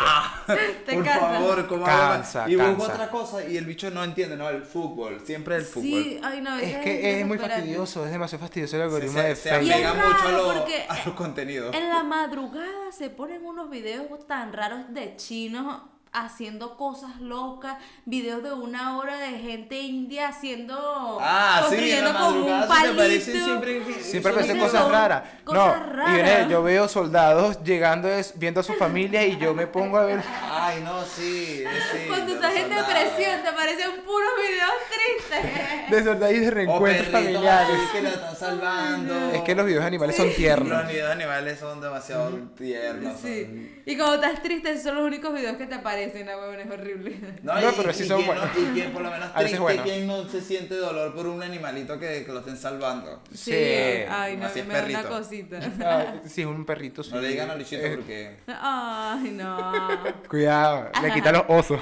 [SPEAKER 2] Te
[SPEAKER 3] por
[SPEAKER 2] cansa.
[SPEAKER 3] favor, ¿cómo hago más?
[SPEAKER 1] Cansa,
[SPEAKER 3] Y busco
[SPEAKER 1] cansa.
[SPEAKER 3] otra cosa y el bicho no entiende, ¿no? El fútbol, siempre el fútbol.
[SPEAKER 2] Sí, ay, no, a
[SPEAKER 1] Es
[SPEAKER 2] veces
[SPEAKER 1] que es muy
[SPEAKER 2] desesperante.
[SPEAKER 1] fastidioso, es demasiado fastidioso el
[SPEAKER 3] Se,
[SPEAKER 1] algoritmo
[SPEAKER 3] se-
[SPEAKER 1] de
[SPEAKER 3] se
[SPEAKER 1] Facebook.
[SPEAKER 2] Y es
[SPEAKER 3] apega mucho a,
[SPEAKER 2] raro
[SPEAKER 3] lo-
[SPEAKER 2] porque-
[SPEAKER 3] a los contenidos.
[SPEAKER 2] En la madrugada se ponen unos videos tan raros de chinos haciendo cosas locas, videos de una hora de gente india haciendo
[SPEAKER 3] Ah, sí, en la
[SPEAKER 2] construyendo con un
[SPEAKER 3] madrugada se te aparece
[SPEAKER 2] palito.
[SPEAKER 3] siempre.
[SPEAKER 1] Siempre
[SPEAKER 2] Eso
[SPEAKER 1] pensé
[SPEAKER 2] es
[SPEAKER 1] cosas
[SPEAKER 2] lo-
[SPEAKER 1] raras.
[SPEAKER 2] cosas
[SPEAKER 1] no,
[SPEAKER 2] raras.
[SPEAKER 1] y viene, yo veo soldados llegando, es- viendo a su familia y yo me pongo a ver.
[SPEAKER 3] Ay, no, sí. sí
[SPEAKER 2] Cuando
[SPEAKER 3] de
[SPEAKER 2] estás en
[SPEAKER 3] los soldados.
[SPEAKER 2] depresión te aparecen puros videos tristes.
[SPEAKER 1] De soldados y de
[SPEAKER 3] O
[SPEAKER 1] reencuentros
[SPEAKER 3] perritos
[SPEAKER 1] familiares.
[SPEAKER 3] así Oh, que lo están salvando.
[SPEAKER 1] Es que los videos de animales son
[SPEAKER 3] Los
[SPEAKER 1] tiernos.
[SPEAKER 3] videos de animales son demasiado tiernos. son-
[SPEAKER 2] Sí. Y cuando estás triste, esos son los únicos videos que te aparecen, la huevona, es horrible.
[SPEAKER 1] No, pero sí son
[SPEAKER 3] quien
[SPEAKER 1] buenos.
[SPEAKER 3] No, y quien por lo menos
[SPEAKER 1] A veces
[SPEAKER 3] triste,
[SPEAKER 1] bueno.
[SPEAKER 3] quien no se siente dolor por un animalito que, que lo estén salvando.
[SPEAKER 1] Sí.
[SPEAKER 2] Ay, no,
[SPEAKER 3] Así es
[SPEAKER 2] me da una
[SPEAKER 3] perrito.
[SPEAKER 2] cosita.
[SPEAKER 1] Ah, sí, es un perrito. sí.
[SPEAKER 3] No le digan a Luchito
[SPEAKER 1] Eh,
[SPEAKER 3] porque...
[SPEAKER 2] Ay, no.
[SPEAKER 1] Cuidado, le quita los osos.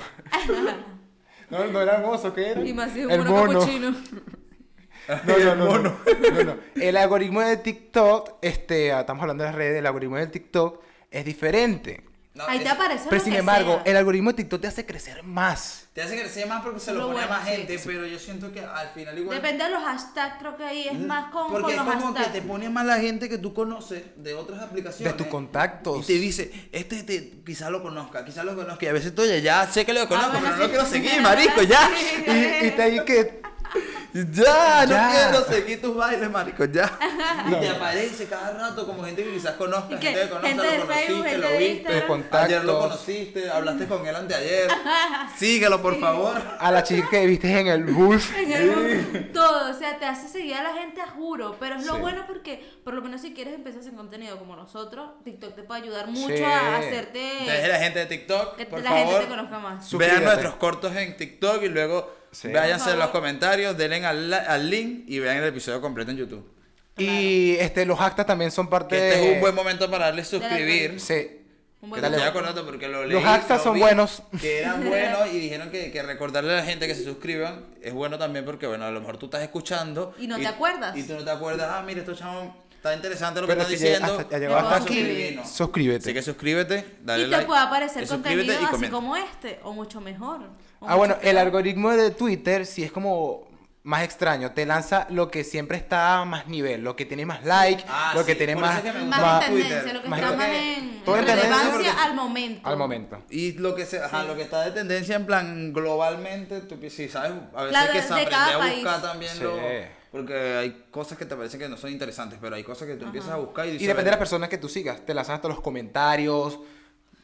[SPEAKER 1] No, no eran osos, ¿qué eran?
[SPEAKER 2] Y más si es
[SPEAKER 1] El
[SPEAKER 2] un mono
[SPEAKER 1] mono.
[SPEAKER 2] capuchino.
[SPEAKER 1] No, no, no, no. No, no. El algoritmo de TikTok, este, ah, estamos hablando de las redes, el algoritmo de TikTok es diferente.
[SPEAKER 3] No,
[SPEAKER 2] Ahí te
[SPEAKER 3] es-
[SPEAKER 2] aparece
[SPEAKER 1] Pero
[SPEAKER 2] lo
[SPEAKER 1] sin
[SPEAKER 2] que
[SPEAKER 1] embargo,
[SPEAKER 2] sea.
[SPEAKER 1] el algoritmo de TikTok te hace crecer más.
[SPEAKER 3] Te hace crecer más porque se lo,
[SPEAKER 2] Lo
[SPEAKER 3] pone a
[SPEAKER 2] bueno,
[SPEAKER 3] más
[SPEAKER 2] sí.
[SPEAKER 3] gente, pero yo siento que al final igual...
[SPEAKER 2] Depende de los hashtags, creo que ahí es más con,
[SPEAKER 3] Porque
[SPEAKER 2] con
[SPEAKER 3] es
[SPEAKER 2] los
[SPEAKER 3] como
[SPEAKER 2] hashtags.
[SPEAKER 3] que te pone más la gente que tú conoces de otras
[SPEAKER 1] De
[SPEAKER 3] aplicaciones.
[SPEAKER 1] tus contactos.
[SPEAKER 3] Y te dice, este te, quizá lo conozca, quizá lo conozca. Y a veces tú ya, ya sé que lo conozco,
[SPEAKER 2] Ah, bueno,
[SPEAKER 3] pero
[SPEAKER 2] sí.
[SPEAKER 3] no lo quiero seguir, marico, ya.
[SPEAKER 2] Sí.
[SPEAKER 1] Y, y te dice que.
[SPEAKER 3] Ya, no
[SPEAKER 1] Ya.
[SPEAKER 3] quiero seguir tus bailes, marico, ya. Y
[SPEAKER 1] No.
[SPEAKER 3] te aparece cada rato como gente que quizás
[SPEAKER 2] Y
[SPEAKER 3] conozcas,
[SPEAKER 2] que
[SPEAKER 3] gente que conoces,
[SPEAKER 2] gente de
[SPEAKER 3] lo
[SPEAKER 2] Facebook,
[SPEAKER 3] conociste,
[SPEAKER 2] gente
[SPEAKER 3] lo
[SPEAKER 2] de
[SPEAKER 3] viste.
[SPEAKER 1] Tus
[SPEAKER 2] Instagram.
[SPEAKER 1] contactos.
[SPEAKER 3] Ayer lo conociste, hablaste con él anteayer. Síguelo, por favor.
[SPEAKER 1] A la chica que viste en el bus.
[SPEAKER 2] En el mundo, todo, o sea, te hace seguir a la gente a juro, pero es lo
[SPEAKER 1] Sí.
[SPEAKER 2] bueno porque por lo menos si quieres empezar a hacer contenido como nosotros, TikTok te puede ayudar mucho
[SPEAKER 1] Sí.
[SPEAKER 2] a
[SPEAKER 3] Entonces
[SPEAKER 2] hacerte
[SPEAKER 3] la gente de TikTok,
[SPEAKER 2] que
[SPEAKER 3] por
[SPEAKER 2] la
[SPEAKER 3] favor.
[SPEAKER 2] gente te conozca más.
[SPEAKER 1] Suscríbete.
[SPEAKER 3] Vean nuestros cortos en TikTok y luego
[SPEAKER 1] Sí.
[SPEAKER 2] Por
[SPEAKER 3] váyanse en
[SPEAKER 2] favor.
[SPEAKER 3] los comentarios, denle al, al link y vean el episodio completo en YouTube.
[SPEAKER 1] Y este, los hashtags también son parte
[SPEAKER 3] Que este
[SPEAKER 1] de-
[SPEAKER 3] es un buen momento para darle suscribir.
[SPEAKER 1] Sí.
[SPEAKER 2] Un
[SPEAKER 3] Que
[SPEAKER 2] buen
[SPEAKER 3] te estoy
[SPEAKER 2] momento.
[SPEAKER 3] acordando porque lo leí.
[SPEAKER 1] Los hashtags
[SPEAKER 3] lo
[SPEAKER 1] son
[SPEAKER 3] vi,
[SPEAKER 1] buenos.
[SPEAKER 3] Que eran buenos y dijeron que, que recordarle a la gente que se suscriban es bueno también porque, bueno, a lo mejor tú estás escuchando.
[SPEAKER 2] Y no te acuerdas.
[SPEAKER 3] Y tú no te acuerdas, ah, mira, esto chamo está interesante lo
[SPEAKER 1] Pero
[SPEAKER 3] que
[SPEAKER 1] si
[SPEAKER 3] están
[SPEAKER 1] llega-
[SPEAKER 3] diciendo.
[SPEAKER 1] hasta- ha llegado
[SPEAKER 2] hasta aquí,
[SPEAKER 3] Suscribirnos.
[SPEAKER 1] suscríbete.
[SPEAKER 3] Así que suscríbete, dale
[SPEAKER 2] Y te
[SPEAKER 3] like,
[SPEAKER 2] puede aparecer
[SPEAKER 3] suscríbete
[SPEAKER 2] contenido
[SPEAKER 3] y
[SPEAKER 2] así
[SPEAKER 3] comenta.
[SPEAKER 2] como este, o mucho mejor. o
[SPEAKER 1] Ah,
[SPEAKER 2] mucho
[SPEAKER 1] bueno,
[SPEAKER 2] peor.
[SPEAKER 1] el algoritmo de Twitter sí es como más extraño. Te lanza lo que siempre está a más nivel, lo que tiene más like,
[SPEAKER 3] Ah,
[SPEAKER 1] lo que
[SPEAKER 3] sí,
[SPEAKER 1] tiene
[SPEAKER 3] por eso
[SPEAKER 1] más.
[SPEAKER 3] es que me
[SPEAKER 2] más,
[SPEAKER 3] gusta
[SPEAKER 1] más-
[SPEAKER 2] en tendencia,
[SPEAKER 3] Twitter.
[SPEAKER 2] lo que
[SPEAKER 1] Más
[SPEAKER 2] está
[SPEAKER 1] en-
[SPEAKER 2] más en
[SPEAKER 1] todo en tendencia
[SPEAKER 2] relevancia
[SPEAKER 1] porque-
[SPEAKER 2] al momento.
[SPEAKER 1] al momento.
[SPEAKER 3] Y lo que, se, ajá, lo que está de tendencia en plan globalmente, tú pi- sí, sabes, a veces
[SPEAKER 2] La
[SPEAKER 3] hay que
[SPEAKER 2] de-
[SPEAKER 3] se
[SPEAKER 2] de
[SPEAKER 3] aprende
[SPEAKER 2] cada
[SPEAKER 3] a
[SPEAKER 2] país.
[SPEAKER 3] buscar también
[SPEAKER 1] Sí.
[SPEAKER 3] lo- porque hay cosas que te parecen que no son interesantes, pero hay cosas que tú empiezas a buscar y
[SPEAKER 1] Y
[SPEAKER 3] dices,
[SPEAKER 1] depende de
[SPEAKER 3] "Ven".
[SPEAKER 1] las personas que tú sigas. Te lanzan hasta los comentarios.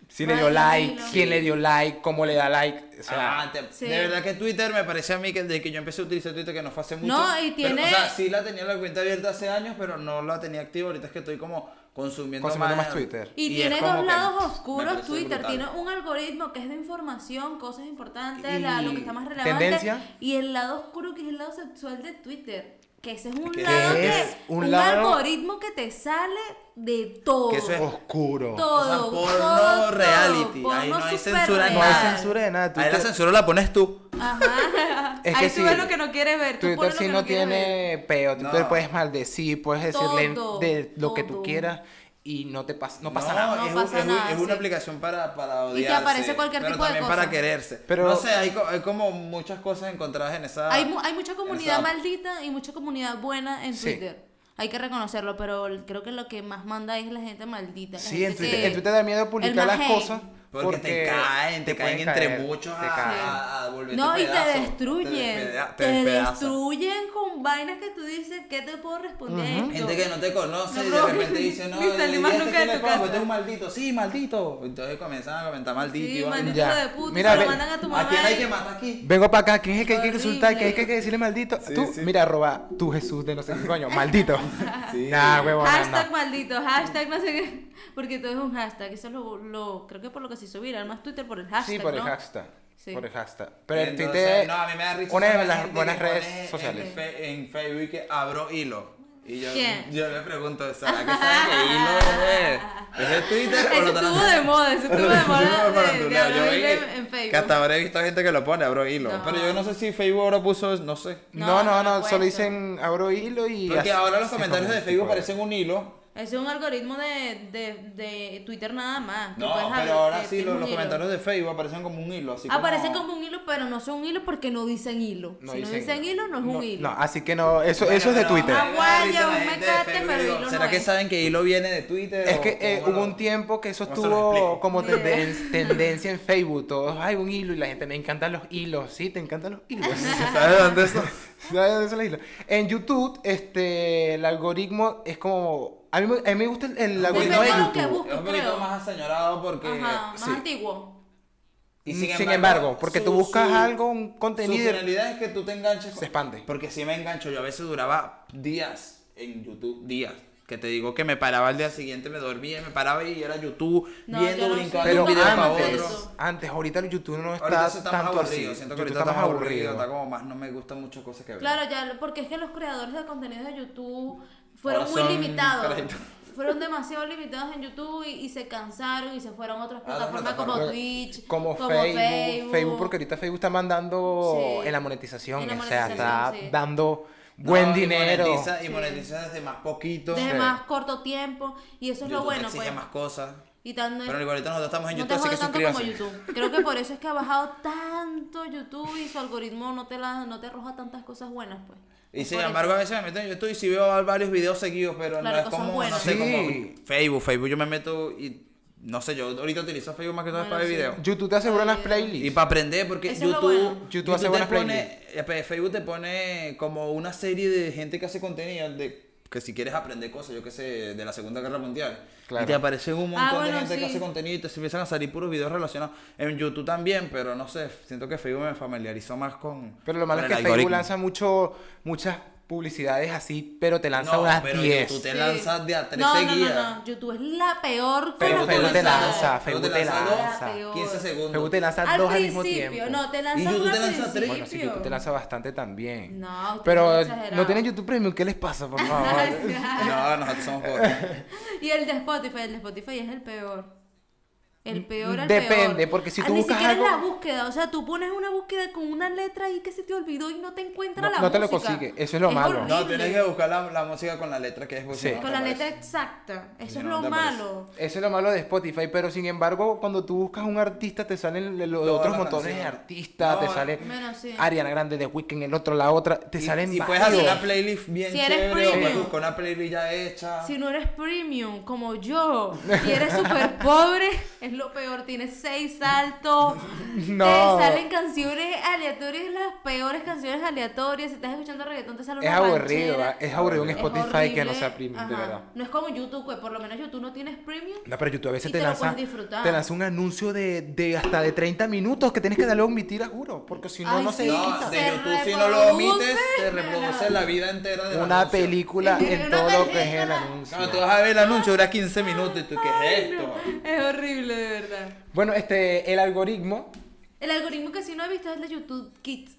[SPEAKER 1] Si le dio
[SPEAKER 2] Ay,
[SPEAKER 1] like,
[SPEAKER 2] no.
[SPEAKER 1] quién le dio like, cómo le da like. O sea,
[SPEAKER 3] Ah, te-
[SPEAKER 2] Sí.
[SPEAKER 3] De verdad que Twitter me parece a mí que desde que yo empecé a utilizar Twitter que no fue hace mucho.
[SPEAKER 2] No, y
[SPEAKER 3] pero,
[SPEAKER 2] tiene-
[SPEAKER 3] o sea, sí la tenía la cuenta abierta hace años, pero no la tenía activa. Ahorita es que estoy como consumiendo,
[SPEAKER 1] Consumiendo más Twitter.
[SPEAKER 2] Y,
[SPEAKER 3] es
[SPEAKER 2] tiene
[SPEAKER 3] como
[SPEAKER 2] dos
[SPEAKER 3] que
[SPEAKER 2] lados
[SPEAKER 3] me
[SPEAKER 2] oscuros
[SPEAKER 3] parece
[SPEAKER 2] Twitter.
[SPEAKER 3] brutal.
[SPEAKER 2] Tiene un algoritmo que es de información, cosas importantes,
[SPEAKER 1] Y
[SPEAKER 2] la- lo que está más relevante.
[SPEAKER 1] tendencia.
[SPEAKER 2] Y el lado oscuro que es el lado sexual de Twitter. Que ese es un
[SPEAKER 3] Que
[SPEAKER 2] lado
[SPEAKER 1] es
[SPEAKER 2] que,
[SPEAKER 1] un
[SPEAKER 2] un,
[SPEAKER 1] lado-
[SPEAKER 2] algoritmo que te sale de todo.
[SPEAKER 3] Que eso es
[SPEAKER 1] oscuro.
[SPEAKER 2] todo.
[SPEAKER 3] O sea, porno
[SPEAKER 2] todo,
[SPEAKER 3] reality.
[SPEAKER 2] todo,
[SPEAKER 3] Ahí no hay
[SPEAKER 2] super
[SPEAKER 3] censura ni
[SPEAKER 1] No hay
[SPEAKER 2] real.
[SPEAKER 1] censura de nada.
[SPEAKER 3] Ahí la
[SPEAKER 1] Twitter,
[SPEAKER 3] censura la pones tú.
[SPEAKER 2] Ajá.
[SPEAKER 1] Es
[SPEAKER 2] Ahí
[SPEAKER 1] que
[SPEAKER 2] tú
[SPEAKER 1] sí.
[SPEAKER 2] ves lo que no quieres ver. Tú
[SPEAKER 1] Twitter
[SPEAKER 2] pones lo
[SPEAKER 1] sí
[SPEAKER 2] que
[SPEAKER 1] no,
[SPEAKER 2] no quieres ver.
[SPEAKER 1] tiene peo. Twitter
[SPEAKER 3] No.
[SPEAKER 1] puedes maldecir, puedes decirle
[SPEAKER 2] Todo,
[SPEAKER 1] de lo que tú
[SPEAKER 2] todo.
[SPEAKER 1] quieras y no te pasa, no pasa nada.
[SPEAKER 2] No
[SPEAKER 3] es,
[SPEAKER 2] pasa
[SPEAKER 3] es un-
[SPEAKER 2] nada,
[SPEAKER 3] es una
[SPEAKER 2] sí.
[SPEAKER 3] aplicación para, para
[SPEAKER 2] Y
[SPEAKER 3] odiarse.
[SPEAKER 2] que aparece cualquier
[SPEAKER 3] pero
[SPEAKER 2] tipo de
[SPEAKER 3] también
[SPEAKER 2] cosa.
[SPEAKER 3] para quererse.
[SPEAKER 1] Pero-
[SPEAKER 3] no sé, hay, co- hay como muchas cosas encontradas en esa...
[SPEAKER 2] Hay, mu- hay mucha comunidad
[SPEAKER 3] Exacto.
[SPEAKER 2] maldita y mucha comunidad buena en
[SPEAKER 1] Sí.
[SPEAKER 2] Twitter. Hay que reconocerlo, pero el- creo que lo que más manda es la gente maldita. la
[SPEAKER 1] Sí,
[SPEAKER 2] gente
[SPEAKER 1] en Twitter,
[SPEAKER 2] que-
[SPEAKER 1] en Twitter da miedo publicar
[SPEAKER 2] el más
[SPEAKER 1] las
[SPEAKER 2] hate.
[SPEAKER 1] cosas.
[SPEAKER 3] Porque, te caen, te, caen
[SPEAKER 1] pueden
[SPEAKER 3] entre
[SPEAKER 1] caer,
[SPEAKER 3] muchos
[SPEAKER 1] te
[SPEAKER 3] a,
[SPEAKER 1] caen.
[SPEAKER 3] a- a volverte
[SPEAKER 2] No, y
[SPEAKER 3] ah, pedazo,
[SPEAKER 2] te destruyen.
[SPEAKER 3] despeda-
[SPEAKER 2] Te,
[SPEAKER 3] despedazan.
[SPEAKER 2] destruyen con vainas que tú dices, ¿qué te puedo responder? a esto?
[SPEAKER 3] Gente que no te conoce y de
[SPEAKER 2] No,
[SPEAKER 3] repente dice, no,
[SPEAKER 2] ni salí
[SPEAKER 3] ¿y
[SPEAKER 2] más
[SPEAKER 3] este
[SPEAKER 2] nunca
[SPEAKER 3] quién
[SPEAKER 2] de
[SPEAKER 3] le
[SPEAKER 2] tu
[SPEAKER 3] pongo?
[SPEAKER 2] casa.
[SPEAKER 3] Este es un maldito, sí, maldito. Entonces comienzan a comentar maldito. y
[SPEAKER 2] Sí,
[SPEAKER 3] van-
[SPEAKER 2] maldito
[SPEAKER 1] Ya.
[SPEAKER 2] hijo de puta,
[SPEAKER 1] Mira,
[SPEAKER 2] se
[SPEAKER 1] ve-
[SPEAKER 2] lo mandan a tu mamá.
[SPEAKER 3] ¿A quién hay que
[SPEAKER 2] y-
[SPEAKER 3] matar aquí?
[SPEAKER 1] Vengo para acá, ¿quién es el que hay que
[SPEAKER 2] Horrible.
[SPEAKER 1] insultar? ¿Quién es el que hay que decirle maldito?
[SPEAKER 3] Sí,
[SPEAKER 1] tú,
[SPEAKER 3] sí.
[SPEAKER 1] mira, arroba tú Jesús de no sé qué coño, maldito. Nah, huevón,
[SPEAKER 2] Hashtag maldito, hashtag no sé qué. Porque todo es un hashtag. Eso es lo, lo- creo que por lo que se hizo viral. Más Twitter por el hashtag.
[SPEAKER 1] Sí, por el
[SPEAKER 2] ¿no?
[SPEAKER 1] hashtag.
[SPEAKER 2] Sí.
[SPEAKER 1] por el hashtag. Pero el
[SPEAKER 3] Entonces,
[SPEAKER 1] Twitter
[SPEAKER 3] no, a mí me da risa
[SPEAKER 1] una
[SPEAKER 3] esa
[SPEAKER 1] de las
[SPEAKER 3] gente que
[SPEAKER 1] buenas redes
[SPEAKER 3] pone en
[SPEAKER 1] sociales.
[SPEAKER 3] fe- En, Facebook que abro hilo. Y yo,
[SPEAKER 2] ¿Quién?
[SPEAKER 3] yo le pregunto, ¿será que sabe que hilo es? de- ¿Es de Twitter o
[SPEAKER 2] Eso
[SPEAKER 3] lo
[SPEAKER 2] estuvo
[SPEAKER 3] tra-
[SPEAKER 2] de moda, eso estuvo
[SPEAKER 3] lo
[SPEAKER 2] de
[SPEAKER 3] tra-
[SPEAKER 2] moda
[SPEAKER 3] lo
[SPEAKER 2] de, de
[SPEAKER 3] faranduleo? Yo
[SPEAKER 2] abrir
[SPEAKER 3] vi
[SPEAKER 2] en,
[SPEAKER 3] que-
[SPEAKER 2] en
[SPEAKER 3] Que
[SPEAKER 2] Facebook.
[SPEAKER 3] hasta ahora he visto gente que lo pone, abro hilo.
[SPEAKER 2] No.
[SPEAKER 3] Pero yo no sé si Facebook ahora puso, no sé.
[SPEAKER 1] No, no, no,
[SPEAKER 2] no lo
[SPEAKER 1] solo
[SPEAKER 2] cuento.
[SPEAKER 1] dicen abro hilo y.
[SPEAKER 3] Porque
[SPEAKER 1] así-
[SPEAKER 3] ahora los
[SPEAKER 1] se pues.
[SPEAKER 3] comentarios
[SPEAKER 1] forma
[SPEAKER 3] de
[SPEAKER 1] ese
[SPEAKER 3] Facebook
[SPEAKER 1] tipo
[SPEAKER 3] parecen un hilo.
[SPEAKER 2] Ese es un algoritmo de, de, de Twitter nada más. que
[SPEAKER 3] No,
[SPEAKER 2] puedes abrir,
[SPEAKER 3] pero ahora
[SPEAKER 2] que
[SPEAKER 3] sí,
[SPEAKER 2] tiene
[SPEAKER 3] los,
[SPEAKER 2] un
[SPEAKER 3] los
[SPEAKER 2] hilo.
[SPEAKER 3] comentarios de Facebook aparecen como un hilo. Así
[SPEAKER 2] Aparece Ah, como un hilo, pero no son hilo porque no dicen hilo.
[SPEAKER 1] No
[SPEAKER 2] si no
[SPEAKER 1] dicen
[SPEAKER 2] dicen hilo, no es un hilo.
[SPEAKER 1] No, así que no, eso, eso es de Twitter.
[SPEAKER 2] Ah, Aguaya, un mecate, pero hilo
[SPEAKER 3] ¿Será
[SPEAKER 2] no
[SPEAKER 3] que
[SPEAKER 2] es.
[SPEAKER 3] saben que hilo viene de Twitter?
[SPEAKER 1] Es
[SPEAKER 3] o
[SPEAKER 1] que eh,
[SPEAKER 3] cómo
[SPEAKER 1] hubo
[SPEAKER 3] lo-
[SPEAKER 1] un tiempo que eso
[SPEAKER 3] ¿Cómo se lo explico?
[SPEAKER 1] estuvo como
[SPEAKER 2] Ni idea.
[SPEAKER 1] tenden- tendencia en Facebook. Todos, hay un hilo y la gente me encantan los hilos. Sí, te encantan los hilos.
[SPEAKER 3] ¿Sabes dónde eso?
[SPEAKER 1] ¿Sabes dónde son los hilos? En YouTube, este, el algoritmo es como. A mí, me- a mí me gusta el, el algoritmo de
[SPEAKER 2] de lo
[SPEAKER 1] YouTube.
[SPEAKER 2] que busques,
[SPEAKER 3] Es un poquito
[SPEAKER 2] creo.
[SPEAKER 3] más aseñorado porque.
[SPEAKER 2] Ajá, más
[SPEAKER 1] sí.
[SPEAKER 2] antiguo.
[SPEAKER 1] Mm, Sin, embargo, porque tú
[SPEAKER 3] su-
[SPEAKER 1] buscas
[SPEAKER 3] su-
[SPEAKER 1] algo, un
[SPEAKER 3] Su
[SPEAKER 1] contenido.
[SPEAKER 3] finalidad es que tú te enganches. con-
[SPEAKER 1] Se expande.
[SPEAKER 3] Porque si me engancho, yo a veces duraba días en YouTube, días. Que te digo que me paraba al día siguiente, me dormía, me paraba y era YouTube,
[SPEAKER 2] No,
[SPEAKER 3] viendo,
[SPEAKER 2] yo no
[SPEAKER 3] brincando
[SPEAKER 2] soy
[SPEAKER 1] Pero
[SPEAKER 3] un video para
[SPEAKER 2] nunca
[SPEAKER 1] antes,
[SPEAKER 2] hice
[SPEAKER 3] otro.
[SPEAKER 1] antes, ahorita el YouTube no está,
[SPEAKER 3] Ahorita eso está más
[SPEAKER 1] tanto
[SPEAKER 3] aburrido,
[SPEAKER 1] así.
[SPEAKER 3] siento que
[SPEAKER 1] YouTube
[SPEAKER 3] ahorita está más aburrido, está como más, no me gustan mucho cosas que veo.
[SPEAKER 2] Claro, ya, porque es que los creadores de contenidos de YouTube fueron
[SPEAKER 3] Ahora
[SPEAKER 2] muy
[SPEAKER 3] son
[SPEAKER 2] limitados.
[SPEAKER 3] créditos.
[SPEAKER 2] Fueron demasiado limitados en YouTube y, y se cansaron y se fueron a otras
[SPEAKER 3] A otras
[SPEAKER 2] plataformas como
[SPEAKER 3] plataformas.
[SPEAKER 2] Twitch,
[SPEAKER 1] Como, Facebook, Facebook, porque ahorita Facebook está mandando
[SPEAKER 2] Sí.
[SPEAKER 1] en la monetización,
[SPEAKER 2] En la
[SPEAKER 1] o sea, está
[SPEAKER 2] monetización, sí.
[SPEAKER 1] dando
[SPEAKER 3] No,
[SPEAKER 1] buen
[SPEAKER 3] y
[SPEAKER 1] dinero.
[SPEAKER 3] Monetiza, Y monetiza desde más poquito.
[SPEAKER 2] desde
[SPEAKER 1] Sí.
[SPEAKER 2] más corto tiempo y eso es lo
[SPEAKER 3] YouTube te
[SPEAKER 2] bueno.
[SPEAKER 3] exige
[SPEAKER 2] Pues,
[SPEAKER 3] más cosas.
[SPEAKER 2] y tan-
[SPEAKER 3] Pero ahorita nosotros estamos en
[SPEAKER 2] no
[SPEAKER 3] YouTube,
[SPEAKER 2] te
[SPEAKER 3] así que
[SPEAKER 2] jode tanto como
[SPEAKER 3] suscríbanse.
[SPEAKER 2] YouTube. Creo que por eso es que ha bajado tanto YouTube y su algoritmo no te, la, no te arroja tantas cosas buenas. pues.
[SPEAKER 3] Y
[SPEAKER 2] Es
[SPEAKER 3] sin
[SPEAKER 2] por eso.
[SPEAKER 3] embargo, a veces me meto en YouTube y si veo varios videos seguidos, pero
[SPEAKER 2] Claro,
[SPEAKER 3] no es
[SPEAKER 2] cosas
[SPEAKER 3] como, no
[SPEAKER 2] buenas.
[SPEAKER 3] sé,
[SPEAKER 1] Sí.
[SPEAKER 3] como Facebook. Facebook yo me meto y, no sé, yo ahorita utilizo Facebook más que todo
[SPEAKER 2] Bueno,
[SPEAKER 3] para ver
[SPEAKER 2] sí.
[SPEAKER 3] videos.
[SPEAKER 1] YouTube te asegura las
[SPEAKER 3] Y
[SPEAKER 1] playlists.
[SPEAKER 3] para aprender, porque
[SPEAKER 2] Eso es lo
[SPEAKER 3] YouTube,
[SPEAKER 2] bueno.
[SPEAKER 1] YouTube hace
[SPEAKER 3] te
[SPEAKER 1] buenas
[SPEAKER 3] pone, eh, Facebook te pone como una serie de gente que hace contenido de que si quieres aprender cosas, yo qué sé, de la Segunda Guerra Mundial.
[SPEAKER 1] Claro.
[SPEAKER 3] Y te aparecen un montón
[SPEAKER 2] Ah, bueno,
[SPEAKER 3] de gente que
[SPEAKER 2] sí.
[SPEAKER 3] hace contenido y te empiezan a salir puros videos relacionados. En YouTube también, pero no sé, siento que Facebook me familiarizó más con.
[SPEAKER 1] Pero lo malo es
[SPEAKER 3] con
[SPEAKER 1] que
[SPEAKER 3] el
[SPEAKER 1] Facebook
[SPEAKER 3] algoritmo.
[SPEAKER 1] lanza mucho, muchas publicidades así, pero te lanza
[SPEAKER 3] No,
[SPEAKER 1] unas
[SPEAKER 3] pero
[SPEAKER 1] 10.
[SPEAKER 3] YouTube te lanzas de a tres
[SPEAKER 2] no,
[SPEAKER 3] seguidas.
[SPEAKER 2] No, no, no, YouTube es la peor con
[SPEAKER 1] Facebook
[SPEAKER 2] las
[SPEAKER 1] te
[SPEAKER 3] Facebook te
[SPEAKER 2] publicidades.
[SPEAKER 1] lanza,
[SPEAKER 3] Facebook
[SPEAKER 1] Facebook
[SPEAKER 3] te
[SPEAKER 1] te
[SPEAKER 3] lanza dos,
[SPEAKER 1] lanza.
[SPEAKER 2] peor.
[SPEAKER 3] 15 segundos.
[SPEAKER 1] Facebook te lanza
[SPEAKER 2] Al
[SPEAKER 1] dos al mismo
[SPEAKER 2] principio,
[SPEAKER 1] tiempo.
[SPEAKER 2] no, te
[SPEAKER 3] Y
[SPEAKER 2] lanzas
[SPEAKER 3] YouTube
[SPEAKER 2] una
[SPEAKER 3] te
[SPEAKER 2] al
[SPEAKER 3] lanza tres.
[SPEAKER 2] principio.
[SPEAKER 1] Bueno, sí, YouTube te lanza bastante también.
[SPEAKER 2] No, usted
[SPEAKER 1] pero
[SPEAKER 2] es
[SPEAKER 1] eh, no
[SPEAKER 2] exagerado.
[SPEAKER 1] tienen YouTube Premium, ¿qué les pasa, por favor?
[SPEAKER 3] No, nosotros somos pobres.
[SPEAKER 2] y el de Spotify, el de Spotify es el peor. El peor, el peor.
[SPEAKER 1] Depende, porque si
[SPEAKER 2] Ah,
[SPEAKER 1] tú
[SPEAKER 2] Ni
[SPEAKER 1] buscas
[SPEAKER 2] siquiera en la
[SPEAKER 1] algo-
[SPEAKER 2] búsqueda, o sea, tú pones una búsqueda con una letra ahí que se te olvidó y no te encuentra
[SPEAKER 1] No-
[SPEAKER 2] la
[SPEAKER 1] no te
[SPEAKER 2] música.
[SPEAKER 1] lo consigue, eso es lo malo.
[SPEAKER 2] horrible.
[SPEAKER 3] No, tienes que buscar la, la música con la letra que es porque
[SPEAKER 1] Sí.
[SPEAKER 3] no
[SPEAKER 2] Con
[SPEAKER 3] te
[SPEAKER 2] la
[SPEAKER 3] aparece.
[SPEAKER 2] letra exacta, eso
[SPEAKER 3] Sí,
[SPEAKER 2] es
[SPEAKER 3] no,
[SPEAKER 2] lo
[SPEAKER 3] no te aparece.
[SPEAKER 2] malo.
[SPEAKER 1] Eso es lo malo de Spotify, pero sin embargo, cuando tú buscas un artista, te salen los
[SPEAKER 3] Todas
[SPEAKER 1] otros
[SPEAKER 3] las
[SPEAKER 1] montones de
[SPEAKER 3] canciones.
[SPEAKER 1] artistas, te
[SPEAKER 3] No,
[SPEAKER 1] sale
[SPEAKER 2] bueno, sí.
[SPEAKER 1] Ariana Grande de Weeknd, el otro, la otra, te
[SPEAKER 3] Y-
[SPEAKER 1] salen
[SPEAKER 3] y puedes hacer
[SPEAKER 1] varios.
[SPEAKER 3] una playlist bien
[SPEAKER 2] Si eres
[SPEAKER 3] chévere o puedes
[SPEAKER 2] premium.
[SPEAKER 3] buscar una playlist ya hecha
[SPEAKER 2] Si no eres premium como yo y eres súper pobre, es lo peor. Tienes seis saltos.
[SPEAKER 1] No.
[SPEAKER 2] Te salen canciones aleatorias, las peores canciones aleatorias. Si estás escuchando reggaetón, te sale una
[SPEAKER 1] Es aburrido,
[SPEAKER 2] ranchera.
[SPEAKER 1] ¿verdad? es aburrido un
[SPEAKER 2] Es
[SPEAKER 1] Spotify que no
[SPEAKER 2] horrible.
[SPEAKER 1] sea premium, de
[SPEAKER 2] Ajá.
[SPEAKER 1] verdad.
[SPEAKER 2] No es como YouTube, que por lo menos YouTube no tienes premium.
[SPEAKER 1] No, pero YouTube a veces
[SPEAKER 2] Y
[SPEAKER 1] te,
[SPEAKER 2] te lo
[SPEAKER 1] lanza,
[SPEAKER 2] puedes disfrutar.
[SPEAKER 1] te lanza un anuncio de, de hasta de 30 minutos que tienes que darle a omitir, a juro, porque si no,
[SPEAKER 2] Ay,
[SPEAKER 1] no se
[SPEAKER 2] sí.
[SPEAKER 1] quita.
[SPEAKER 3] no, de
[SPEAKER 2] Se
[SPEAKER 3] YouTube si no lo omites
[SPEAKER 2] reproduce.
[SPEAKER 3] te reproduce la vida entera de
[SPEAKER 1] Una película
[SPEAKER 2] Sí,
[SPEAKER 1] en
[SPEAKER 2] una
[SPEAKER 1] todo lo que es el
[SPEAKER 2] película.
[SPEAKER 1] anuncio.
[SPEAKER 3] Cuando tú vas a ver el anuncio dura 15 minutos y tú ¿qué es
[SPEAKER 2] Ay,
[SPEAKER 3] esto?
[SPEAKER 2] no. Es horrible, de verdad.
[SPEAKER 1] Bueno, este, el algoritmo,
[SPEAKER 2] El algoritmo que sí no he visto es el de YouTube Kids,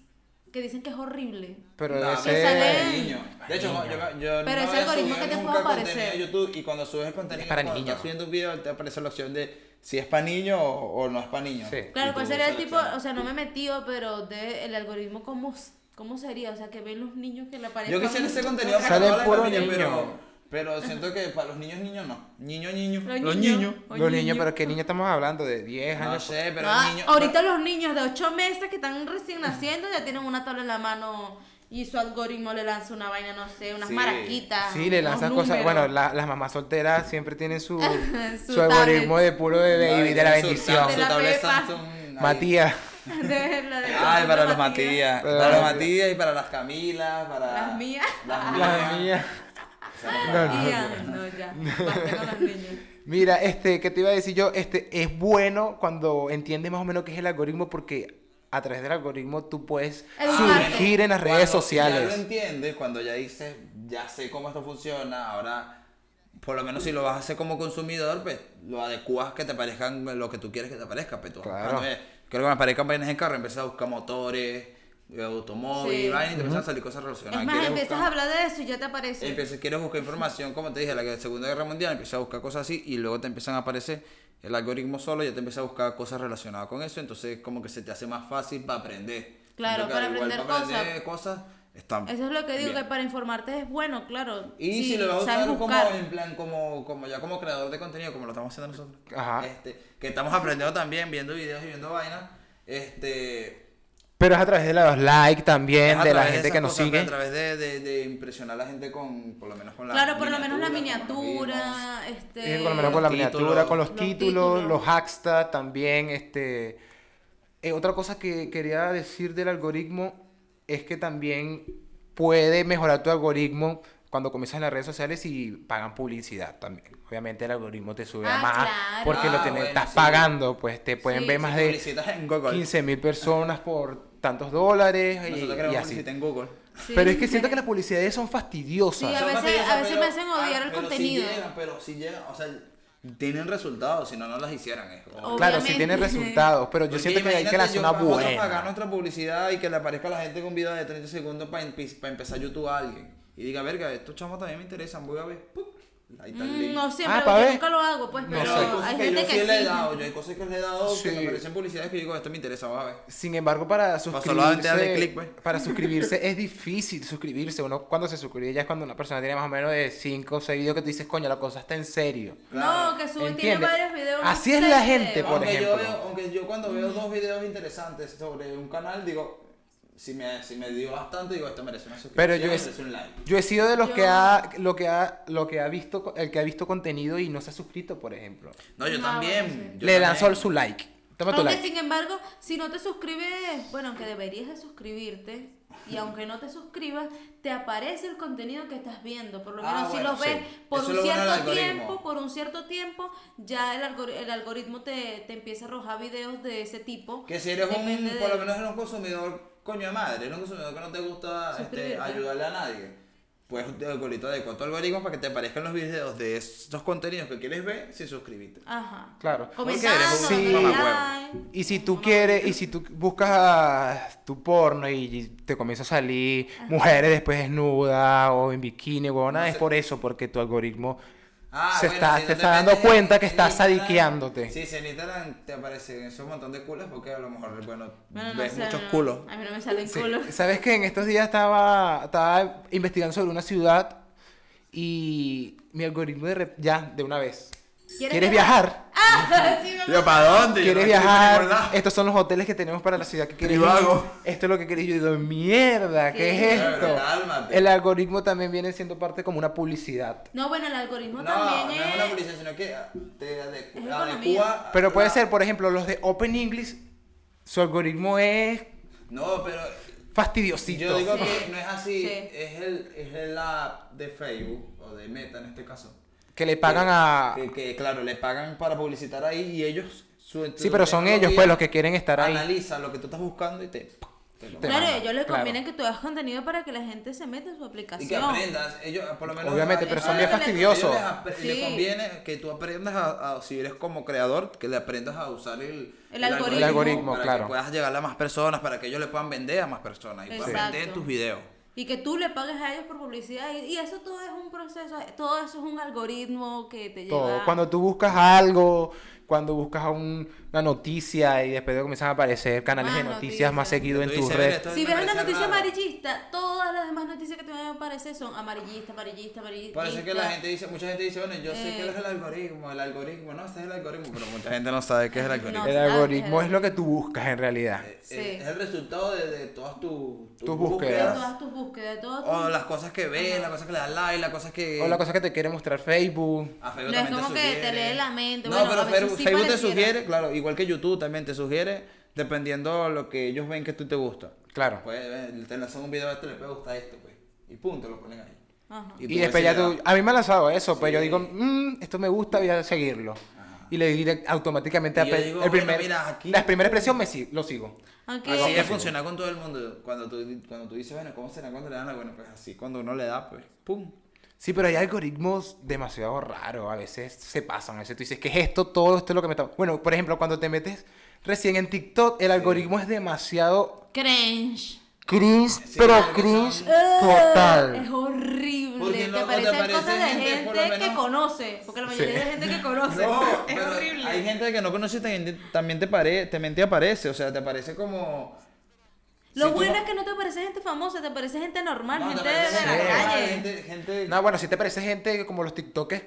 [SPEAKER 2] que dicen que es horrible.
[SPEAKER 1] pero
[SPEAKER 3] No,
[SPEAKER 1] ese...
[SPEAKER 2] Que sale-
[SPEAKER 3] niño. De hecho, yo,
[SPEAKER 2] Pero
[SPEAKER 3] yo no
[SPEAKER 2] ese
[SPEAKER 3] había
[SPEAKER 2] algoritmo
[SPEAKER 3] subido
[SPEAKER 2] que te
[SPEAKER 3] nunca
[SPEAKER 2] puede
[SPEAKER 3] contenido
[SPEAKER 2] aparecer.
[SPEAKER 3] a YouTube y cuando subes contenido
[SPEAKER 1] Es para
[SPEAKER 3] cuando
[SPEAKER 1] niños.
[SPEAKER 3] estás subiendo un video te aparece la opción de si es para niño o, o no es para niño.
[SPEAKER 1] Sí.
[SPEAKER 2] Claro,
[SPEAKER 3] Y
[SPEAKER 2] ¿cuál
[SPEAKER 3] tú
[SPEAKER 2] sería el tipo?
[SPEAKER 3] seleccionas.
[SPEAKER 2] O sea, no me he metido, pero de el algoritmo, ¿cómo, ¿cómo sería? O sea, que ven los niños que le aparecen.
[SPEAKER 3] Yo quisiera ese contenido para
[SPEAKER 1] Salen
[SPEAKER 3] toda la
[SPEAKER 1] puro
[SPEAKER 3] familia,
[SPEAKER 1] niño.
[SPEAKER 3] pero, pero siento que para los niños, niños no. Niño, niño.
[SPEAKER 2] Los niños. Oye,
[SPEAKER 1] Los niños,
[SPEAKER 2] niño.
[SPEAKER 1] pero ¿qué niño estamos hablando? De 10
[SPEAKER 3] No
[SPEAKER 1] años.
[SPEAKER 3] sé, pero Mm.
[SPEAKER 2] Ah,
[SPEAKER 3] niños.
[SPEAKER 2] ahorita los niños de 8 meses que están recién naciendo ya tienen una tabla en la mano y su algoritmo le lanza una vaina, no sé, unas
[SPEAKER 3] Sí.
[SPEAKER 2] maraquitas.
[SPEAKER 1] Sí, le
[SPEAKER 2] unos
[SPEAKER 1] lanzan cosas.
[SPEAKER 2] números.
[SPEAKER 1] Bueno, la- las mamás solteras siempre tienen su, su,
[SPEAKER 2] tablet.
[SPEAKER 1] algoritmo de puro de baby, de la bendición.
[SPEAKER 2] De la pepa.
[SPEAKER 3] Matías.
[SPEAKER 1] Matías.
[SPEAKER 2] De verdad, de
[SPEAKER 3] Ay,
[SPEAKER 2] verdad,
[SPEAKER 3] para los
[SPEAKER 2] Matías.
[SPEAKER 3] Matías.
[SPEAKER 1] Para
[SPEAKER 3] Para los
[SPEAKER 1] Matías.
[SPEAKER 3] Matías y para las Camilas, para.
[SPEAKER 2] Las mías.
[SPEAKER 3] Las mías.
[SPEAKER 1] La mía.
[SPEAKER 2] Ian, no, ya. Basta con los niños.
[SPEAKER 1] Mira, este, ¿qué te iba a decir yo? Este, es bueno cuando entiendes más o menos qué es el algoritmo porque a través del algoritmo tú puedes
[SPEAKER 2] Educarte.
[SPEAKER 1] surgir en las
[SPEAKER 3] Cuando
[SPEAKER 1] redes
[SPEAKER 3] Ya lo
[SPEAKER 1] sociales.
[SPEAKER 3] entiendes, cuando ya dices, ya sé cómo esto funciona, ahora, por lo menos si lo vas a hacer como consumidor, pues lo adecuas que te parezcan lo que tú quieres que te aparezca. Pues, tú vas
[SPEAKER 1] Claro.
[SPEAKER 3] buscando, eh, que Creo que me paré campañas en carro, empecé a buscar motores, eh, automóvil,
[SPEAKER 2] Sí.
[SPEAKER 3] vaina, y te empiezan a salir cosas relacionadas.
[SPEAKER 2] Es más,
[SPEAKER 3] Quieres
[SPEAKER 2] empiezas
[SPEAKER 3] buscar-
[SPEAKER 2] a hablar de eso y ya te aparece.
[SPEAKER 3] Empiezas, quieres buscar información, como te dije, la que- Segunda Guerra Mundial, empiezas a buscar cosas así y luego te empiezan a aparecer el algoritmo solo, ya te empieza a buscar cosas relacionadas con eso, entonces como que se te hace más fácil para aprender.
[SPEAKER 2] Claro,
[SPEAKER 3] Siento que
[SPEAKER 2] para
[SPEAKER 3] al igual
[SPEAKER 2] aprender
[SPEAKER 3] aprender cosas. está
[SPEAKER 2] Eso es lo que digo,
[SPEAKER 3] bien.
[SPEAKER 2] que para informarte es bueno, claro.
[SPEAKER 3] Y
[SPEAKER 2] sí,
[SPEAKER 3] si lo vas a
[SPEAKER 2] sabes
[SPEAKER 3] usar como
[SPEAKER 2] buscar.
[SPEAKER 3] en plan, como, como ya como creador de contenido, como lo estamos haciendo nosotros,
[SPEAKER 1] Ajá.
[SPEAKER 3] este, que estamos aprendiendo también, viendo videos y viendo vainas, este,
[SPEAKER 1] Pero es a través de los likes
[SPEAKER 3] es
[SPEAKER 1] también,
[SPEAKER 3] a
[SPEAKER 1] de la
[SPEAKER 3] través
[SPEAKER 1] gente
[SPEAKER 3] esas
[SPEAKER 1] que nos
[SPEAKER 3] cosas,
[SPEAKER 1] sigue.
[SPEAKER 3] A través de, de- de impresionar a la gente con, por lo menos con la
[SPEAKER 2] Claro, por lo menos la
[SPEAKER 3] con los ritmos.
[SPEAKER 2] miniatura, este...
[SPEAKER 1] Y con, lo menos con la
[SPEAKER 3] los
[SPEAKER 1] miniatura,
[SPEAKER 3] títulos.
[SPEAKER 1] con los
[SPEAKER 2] Los
[SPEAKER 1] títulos,
[SPEAKER 2] títulos.
[SPEAKER 1] los hashtags también. Este, Eh, otra cosa que quería decir del algoritmo es que también puede mejorar tu algoritmo cuando comienzas en las redes sociales y pagan publicidad también. Obviamente el algoritmo te sube a
[SPEAKER 2] Ah,
[SPEAKER 1] más
[SPEAKER 2] claro.
[SPEAKER 1] porque lo
[SPEAKER 3] Ah,
[SPEAKER 1] tenés-
[SPEAKER 3] bueno,
[SPEAKER 1] estás
[SPEAKER 3] sí.
[SPEAKER 1] pagando, pues te pueden
[SPEAKER 2] Sí,
[SPEAKER 1] ver
[SPEAKER 2] sí,
[SPEAKER 1] más
[SPEAKER 3] Si
[SPEAKER 1] de
[SPEAKER 3] publicitas en Google.
[SPEAKER 1] 15 mil personas por tantos dólares y-
[SPEAKER 3] Nosotros
[SPEAKER 1] y,
[SPEAKER 3] queremos
[SPEAKER 1] así.
[SPEAKER 3] publicidad en Google.
[SPEAKER 2] sí.
[SPEAKER 1] Pero es que siento que las publicidades son
[SPEAKER 2] Sí,
[SPEAKER 1] fastidiosas.
[SPEAKER 2] a
[SPEAKER 3] Son
[SPEAKER 2] veces-
[SPEAKER 3] fastidiosas,
[SPEAKER 2] a veces me
[SPEAKER 3] pero- ah,
[SPEAKER 2] hacen odiar el
[SPEAKER 3] pero sí
[SPEAKER 2] contenido.
[SPEAKER 3] llegan, pero si llegan, o sea, tienen resultados, si no, no las hicieran. Es como-
[SPEAKER 2] Obvio.
[SPEAKER 1] claro, si
[SPEAKER 2] obviamente.
[SPEAKER 1] tienen resultados, pero yo
[SPEAKER 3] Porque
[SPEAKER 1] siento que hay que
[SPEAKER 3] Pues imagínate
[SPEAKER 1] la hacer
[SPEAKER 3] yo-
[SPEAKER 1] una
[SPEAKER 3] nosotros pagar
[SPEAKER 1] buena.
[SPEAKER 3] nuestra publicidad y que le aparezca a la gente con un video de 30 segundos para empezar YouTube a alguien. Y diga, verga, estos chamos también me interesan, voy a ver. ¡Pum! Ahí está el
[SPEAKER 2] Mm,
[SPEAKER 3] link.
[SPEAKER 2] No siempre,
[SPEAKER 1] Ah, pa'
[SPEAKER 2] yo
[SPEAKER 1] ver.
[SPEAKER 2] nunca lo hago, pues,
[SPEAKER 1] No
[SPEAKER 2] pero
[SPEAKER 1] sé.
[SPEAKER 3] hay cosas
[SPEAKER 2] hay
[SPEAKER 3] que
[SPEAKER 2] gente
[SPEAKER 3] yo
[SPEAKER 2] que
[SPEAKER 3] sí
[SPEAKER 2] sí.
[SPEAKER 3] le he dado, yo hay cosas que le he dado
[SPEAKER 1] Sí.
[SPEAKER 3] que me parecen publicidades que yo digo, esto me interesa, vas a ver.
[SPEAKER 1] Sin embargo, para
[SPEAKER 3] solo darle- darle
[SPEAKER 1] suscribirse,
[SPEAKER 3] click, pues.
[SPEAKER 1] para suscribirse es difícil suscribirse. Uno cuando se suscribe ya es cuando una persona tiene más o menos de 5 o 6 videos que tú dices, coño, la cosa está en serio.
[SPEAKER 2] No, que sube, tiene
[SPEAKER 1] Entiende.
[SPEAKER 2] varios videos.
[SPEAKER 1] Así es la
[SPEAKER 2] seis
[SPEAKER 1] gente,
[SPEAKER 2] videos.
[SPEAKER 1] Este, por
[SPEAKER 3] aunque
[SPEAKER 1] ejemplo.
[SPEAKER 3] Yo veo- aunque yo cuando veo dos videos interesantes sobre un canal, digo, si me, si me dio bastante, digo, esto merece una suscripción,
[SPEAKER 1] Pero yo es-
[SPEAKER 3] merece un like.
[SPEAKER 1] Yo he sido de los
[SPEAKER 2] Yo-
[SPEAKER 1] que ha, lo que ha, lo que ha visto, co- el que ha visto contenido y no se ha suscrito, por ejemplo.
[SPEAKER 3] No, yo
[SPEAKER 2] No,
[SPEAKER 3] también.
[SPEAKER 2] bueno, sí.
[SPEAKER 3] yo
[SPEAKER 1] Le
[SPEAKER 3] también.
[SPEAKER 1] lanzó su like. Toma tu
[SPEAKER 2] Aunque
[SPEAKER 1] like.
[SPEAKER 2] sin embargo, si no te suscribes, bueno, aunque deberías de suscribirte, y aunque no te suscribas, te aparece el contenido que estás viendo. Por lo
[SPEAKER 3] Ah,
[SPEAKER 2] menos si
[SPEAKER 3] bueno,
[SPEAKER 2] lo ves
[SPEAKER 3] sí.
[SPEAKER 2] por
[SPEAKER 3] Eso
[SPEAKER 2] un
[SPEAKER 3] es lo bueno
[SPEAKER 2] cierto
[SPEAKER 3] del algoritmo.
[SPEAKER 2] tiempo, por un cierto tiempo, ya el, algor- el algoritmo te, te empieza a arrojar videos de ese tipo.
[SPEAKER 3] Que si eres
[SPEAKER 2] Depende
[SPEAKER 3] un,
[SPEAKER 2] de-
[SPEAKER 3] por lo menos eres un consumidor coño de madre, eres un consumidor que no te gusta este,
[SPEAKER 2] Suscribirte.
[SPEAKER 3] ayudarle a nadie. Pues te algoritmo de cuatro algoritmos para que te aparezcan los videos de esos contenidos que quieres ver si suscribiste.
[SPEAKER 2] Ajá.
[SPEAKER 1] Claro.
[SPEAKER 2] Comentando,
[SPEAKER 3] Porque eres un
[SPEAKER 2] dándole
[SPEAKER 3] mamahuevo.
[SPEAKER 2] like.
[SPEAKER 1] Y si tú quieres, y si tú buscas ah, tu porno y te comienza a salir mujeres después desnudas o en bikini, huevona,
[SPEAKER 3] No
[SPEAKER 1] es
[SPEAKER 3] sé.
[SPEAKER 1] por eso, porque tu algoritmo
[SPEAKER 3] Ah,
[SPEAKER 1] se
[SPEAKER 3] bueno,
[SPEAKER 1] está,
[SPEAKER 3] si no
[SPEAKER 1] se
[SPEAKER 3] te
[SPEAKER 1] está dando
[SPEAKER 3] metes
[SPEAKER 1] cuenta
[SPEAKER 3] en-
[SPEAKER 1] que
[SPEAKER 3] en
[SPEAKER 1] estás
[SPEAKER 3] Instagram,
[SPEAKER 1] sadiqueándote.
[SPEAKER 3] Sí, si en Instagram te aparecen esos montón de culos porque a lo mejor, bueno,
[SPEAKER 2] Bueno, no
[SPEAKER 3] ves
[SPEAKER 2] sé,
[SPEAKER 3] muchos
[SPEAKER 2] no,
[SPEAKER 3] culos.
[SPEAKER 2] A mí no me salen
[SPEAKER 1] Sí,
[SPEAKER 2] culos.
[SPEAKER 1] Sabes que en estos días estaba, estaba investigando sobre una ciudad y mi algoritmo de rep- ya de una vez. ¿Quieres, viajar?
[SPEAKER 2] Ah, sí, me
[SPEAKER 3] Yo, ¿para dónde? Yo
[SPEAKER 1] ¿Quieres
[SPEAKER 3] no estoy en ningún
[SPEAKER 1] viajar?
[SPEAKER 3] lado.
[SPEAKER 1] Estos son los hoteles que tenemos para la ciudad que quieres.
[SPEAKER 3] Trivago.
[SPEAKER 1] ir. Esto es lo que quieres. Yo digo, mierda, ¿qué,
[SPEAKER 2] ¿Qué?
[SPEAKER 1] es esto?
[SPEAKER 3] Pero cálmate.
[SPEAKER 1] El algoritmo también viene siendo parte como una publicidad.
[SPEAKER 2] No, bueno, el algoritmo
[SPEAKER 3] No, no
[SPEAKER 2] también
[SPEAKER 3] es una
[SPEAKER 2] es.
[SPEAKER 3] publicidad, sino que ah, te adecu-
[SPEAKER 2] economía.
[SPEAKER 3] adecua. a
[SPEAKER 1] Pero puede
[SPEAKER 3] la-
[SPEAKER 1] ser, por ejemplo, los de Open English, su algoritmo es
[SPEAKER 3] No, pero
[SPEAKER 1] fastidiosito.
[SPEAKER 3] yo digo
[SPEAKER 2] Sí.
[SPEAKER 3] que no es así.
[SPEAKER 2] Sí.
[SPEAKER 3] Es el es el app de Facebook o de Meta en este caso.
[SPEAKER 1] que le pagan a...
[SPEAKER 3] Que, que, claro, le pagan para publicitar ahí y ellos su,
[SPEAKER 1] Sí, pero son ellos, pues, los que quieren estar ahí.
[SPEAKER 3] Analiza lo que tú estás buscando y te, te lo
[SPEAKER 1] Te
[SPEAKER 2] Claro,
[SPEAKER 1] manda,
[SPEAKER 2] a ellos les
[SPEAKER 1] claro.
[SPEAKER 2] conviene que tú hagas contenido para que la gente se meta en su
[SPEAKER 3] Y que
[SPEAKER 2] aplicación.
[SPEAKER 3] aprendas, ellos ah, por lo menos...
[SPEAKER 1] Obviamente,
[SPEAKER 3] a-
[SPEAKER 1] pero
[SPEAKER 3] a-
[SPEAKER 1] son bien
[SPEAKER 3] a- a-
[SPEAKER 1] fastidiosos.
[SPEAKER 3] ellos les apre- Les
[SPEAKER 2] Sí.
[SPEAKER 3] conviene que tú aprendas a, a- si eres como creador, que le aprendas a usar el,
[SPEAKER 2] El algoritmo. El
[SPEAKER 1] algoritmo,
[SPEAKER 3] para
[SPEAKER 1] claro.
[SPEAKER 3] que puedas llegar a más personas, para que ellos le puedan vender a más personas y puedan
[SPEAKER 2] Exacto.
[SPEAKER 3] vender tus videos.
[SPEAKER 2] Y que tú le pagues a ellos por publicidad. Y, y eso todo es un proceso, todo eso es un algoritmo que te lleva.
[SPEAKER 1] todo. Cuando tú buscas algo, cuando buscas un- una noticia y después te comienzan a aparecer canales de
[SPEAKER 2] Más
[SPEAKER 1] noticias,
[SPEAKER 2] noticias.
[SPEAKER 1] más seguido en
[SPEAKER 3] Tú
[SPEAKER 1] tus
[SPEAKER 3] dices,
[SPEAKER 1] redes.
[SPEAKER 3] "Mira, esto
[SPEAKER 2] Si
[SPEAKER 3] me
[SPEAKER 2] ves una
[SPEAKER 3] parece
[SPEAKER 2] noticia
[SPEAKER 3] raro".
[SPEAKER 2] amarillista, todas las demás noticias que te van a aparecer son amarillista, amarillista, amarillista.
[SPEAKER 3] Parece que la gente dice, mucha gente dice, bueno, yo sé
[SPEAKER 2] Eh.
[SPEAKER 3] que es el algoritmo, el algoritmo, no, ese es el algoritmo, pero mucha gente no sabe qué es el algoritmo.
[SPEAKER 2] No.
[SPEAKER 1] El
[SPEAKER 2] sabes,
[SPEAKER 1] algoritmo
[SPEAKER 2] eh.
[SPEAKER 1] es lo que tú buscas en realidad.
[SPEAKER 3] Eh,
[SPEAKER 2] Sí.
[SPEAKER 3] eh, Es el resultado de, de todas tus,
[SPEAKER 1] Tus búsquedas.
[SPEAKER 2] De todas tus búsquedas, de todas tus.
[SPEAKER 3] O las cosas que ves, las cosas que le das like, las cosas que...
[SPEAKER 1] O la cosa que te quiere mostrar Facebook.
[SPEAKER 3] A Facebook
[SPEAKER 2] No, es
[SPEAKER 3] también
[SPEAKER 2] como que te lee la mente,
[SPEAKER 3] No,
[SPEAKER 2] bueno,
[SPEAKER 3] pero
[SPEAKER 2] a veces
[SPEAKER 3] Facebook,
[SPEAKER 2] sí
[SPEAKER 3] Facebook te
[SPEAKER 2] pareciera.
[SPEAKER 3] sugiere, claro, igual que YouTube también te sugiere, dependiendo lo que ellos ven que tú te gusta.
[SPEAKER 1] Claro.
[SPEAKER 3] Pues eh, te lanzan un video, a esto le puede gustar esto, pues. Y punto, lo ponen ahí.
[SPEAKER 2] Ajá.
[SPEAKER 1] Y,
[SPEAKER 3] tú
[SPEAKER 1] después ya
[SPEAKER 3] ves si
[SPEAKER 1] tú...
[SPEAKER 3] le da.
[SPEAKER 1] A mí me ha lanzado eso, pues yo
[SPEAKER 3] Sí.
[SPEAKER 1] digo, "Mm, esto me gusta, voy a seguirlo. Y le diré automáticamente
[SPEAKER 3] Y
[SPEAKER 1] a
[SPEAKER 3] yo
[SPEAKER 1] pe-
[SPEAKER 3] digo,
[SPEAKER 1] el
[SPEAKER 3] bueno,
[SPEAKER 1] primer,
[SPEAKER 3] mira, aquí-
[SPEAKER 1] la primera expresión me si- lo sigo.
[SPEAKER 2] Aunque.
[SPEAKER 3] Así
[SPEAKER 1] Algo
[SPEAKER 3] es
[SPEAKER 1] así.
[SPEAKER 3] funcionar con todo el mundo. Cuando tú, cuando tú dices, bueno, ¿cómo será cuando le dan la Bueno, pues así, cuando uno le da, pues, pum.
[SPEAKER 1] Sí, pero hay algoritmos demasiado raros. A veces se pasan. A veces tú dices, ¿qué es esto? Todo esto es lo que me está. Bueno, por ejemplo, cuando te metes recién en TikTok, el algoritmo es demasiado
[SPEAKER 2] Cringe.
[SPEAKER 1] cringe,
[SPEAKER 3] Sí,
[SPEAKER 1] pero
[SPEAKER 3] algo
[SPEAKER 1] cringe
[SPEAKER 3] son-
[SPEAKER 2] Ah, Es
[SPEAKER 1] total.
[SPEAKER 3] Porque
[SPEAKER 2] horrible.
[SPEAKER 3] no-
[SPEAKER 2] te
[SPEAKER 3] o te
[SPEAKER 2] aparecen
[SPEAKER 3] aparece
[SPEAKER 2] cosas de
[SPEAKER 3] gente, por
[SPEAKER 2] gente,
[SPEAKER 3] lo
[SPEAKER 2] que
[SPEAKER 3] menos-
[SPEAKER 2] conoce. Porque la mayoría
[SPEAKER 1] Sí.
[SPEAKER 2] de gente que conoce.
[SPEAKER 3] No,
[SPEAKER 2] es
[SPEAKER 3] pero
[SPEAKER 2] horrible.
[SPEAKER 3] Hay gente que no conoces también te, también te, pare- te mente aparece, o sea, te aparece como...
[SPEAKER 2] Lo
[SPEAKER 3] si tú
[SPEAKER 2] bueno
[SPEAKER 3] no-
[SPEAKER 2] es que no te aparece gente famosa, te aparece gente normal,
[SPEAKER 3] no, te
[SPEAKER 2] Ah, gente
[SPEAKER 3] aparece
[SPEAKER 2] de la
[SPEAKER 1] gente
[SPEAKER 3] normal,
[SPEAKER 2] calle.
[SPEAKER 3] Gente, gente-
[SPEAKER 1] No, bueno, si te parece gente como los TikTokers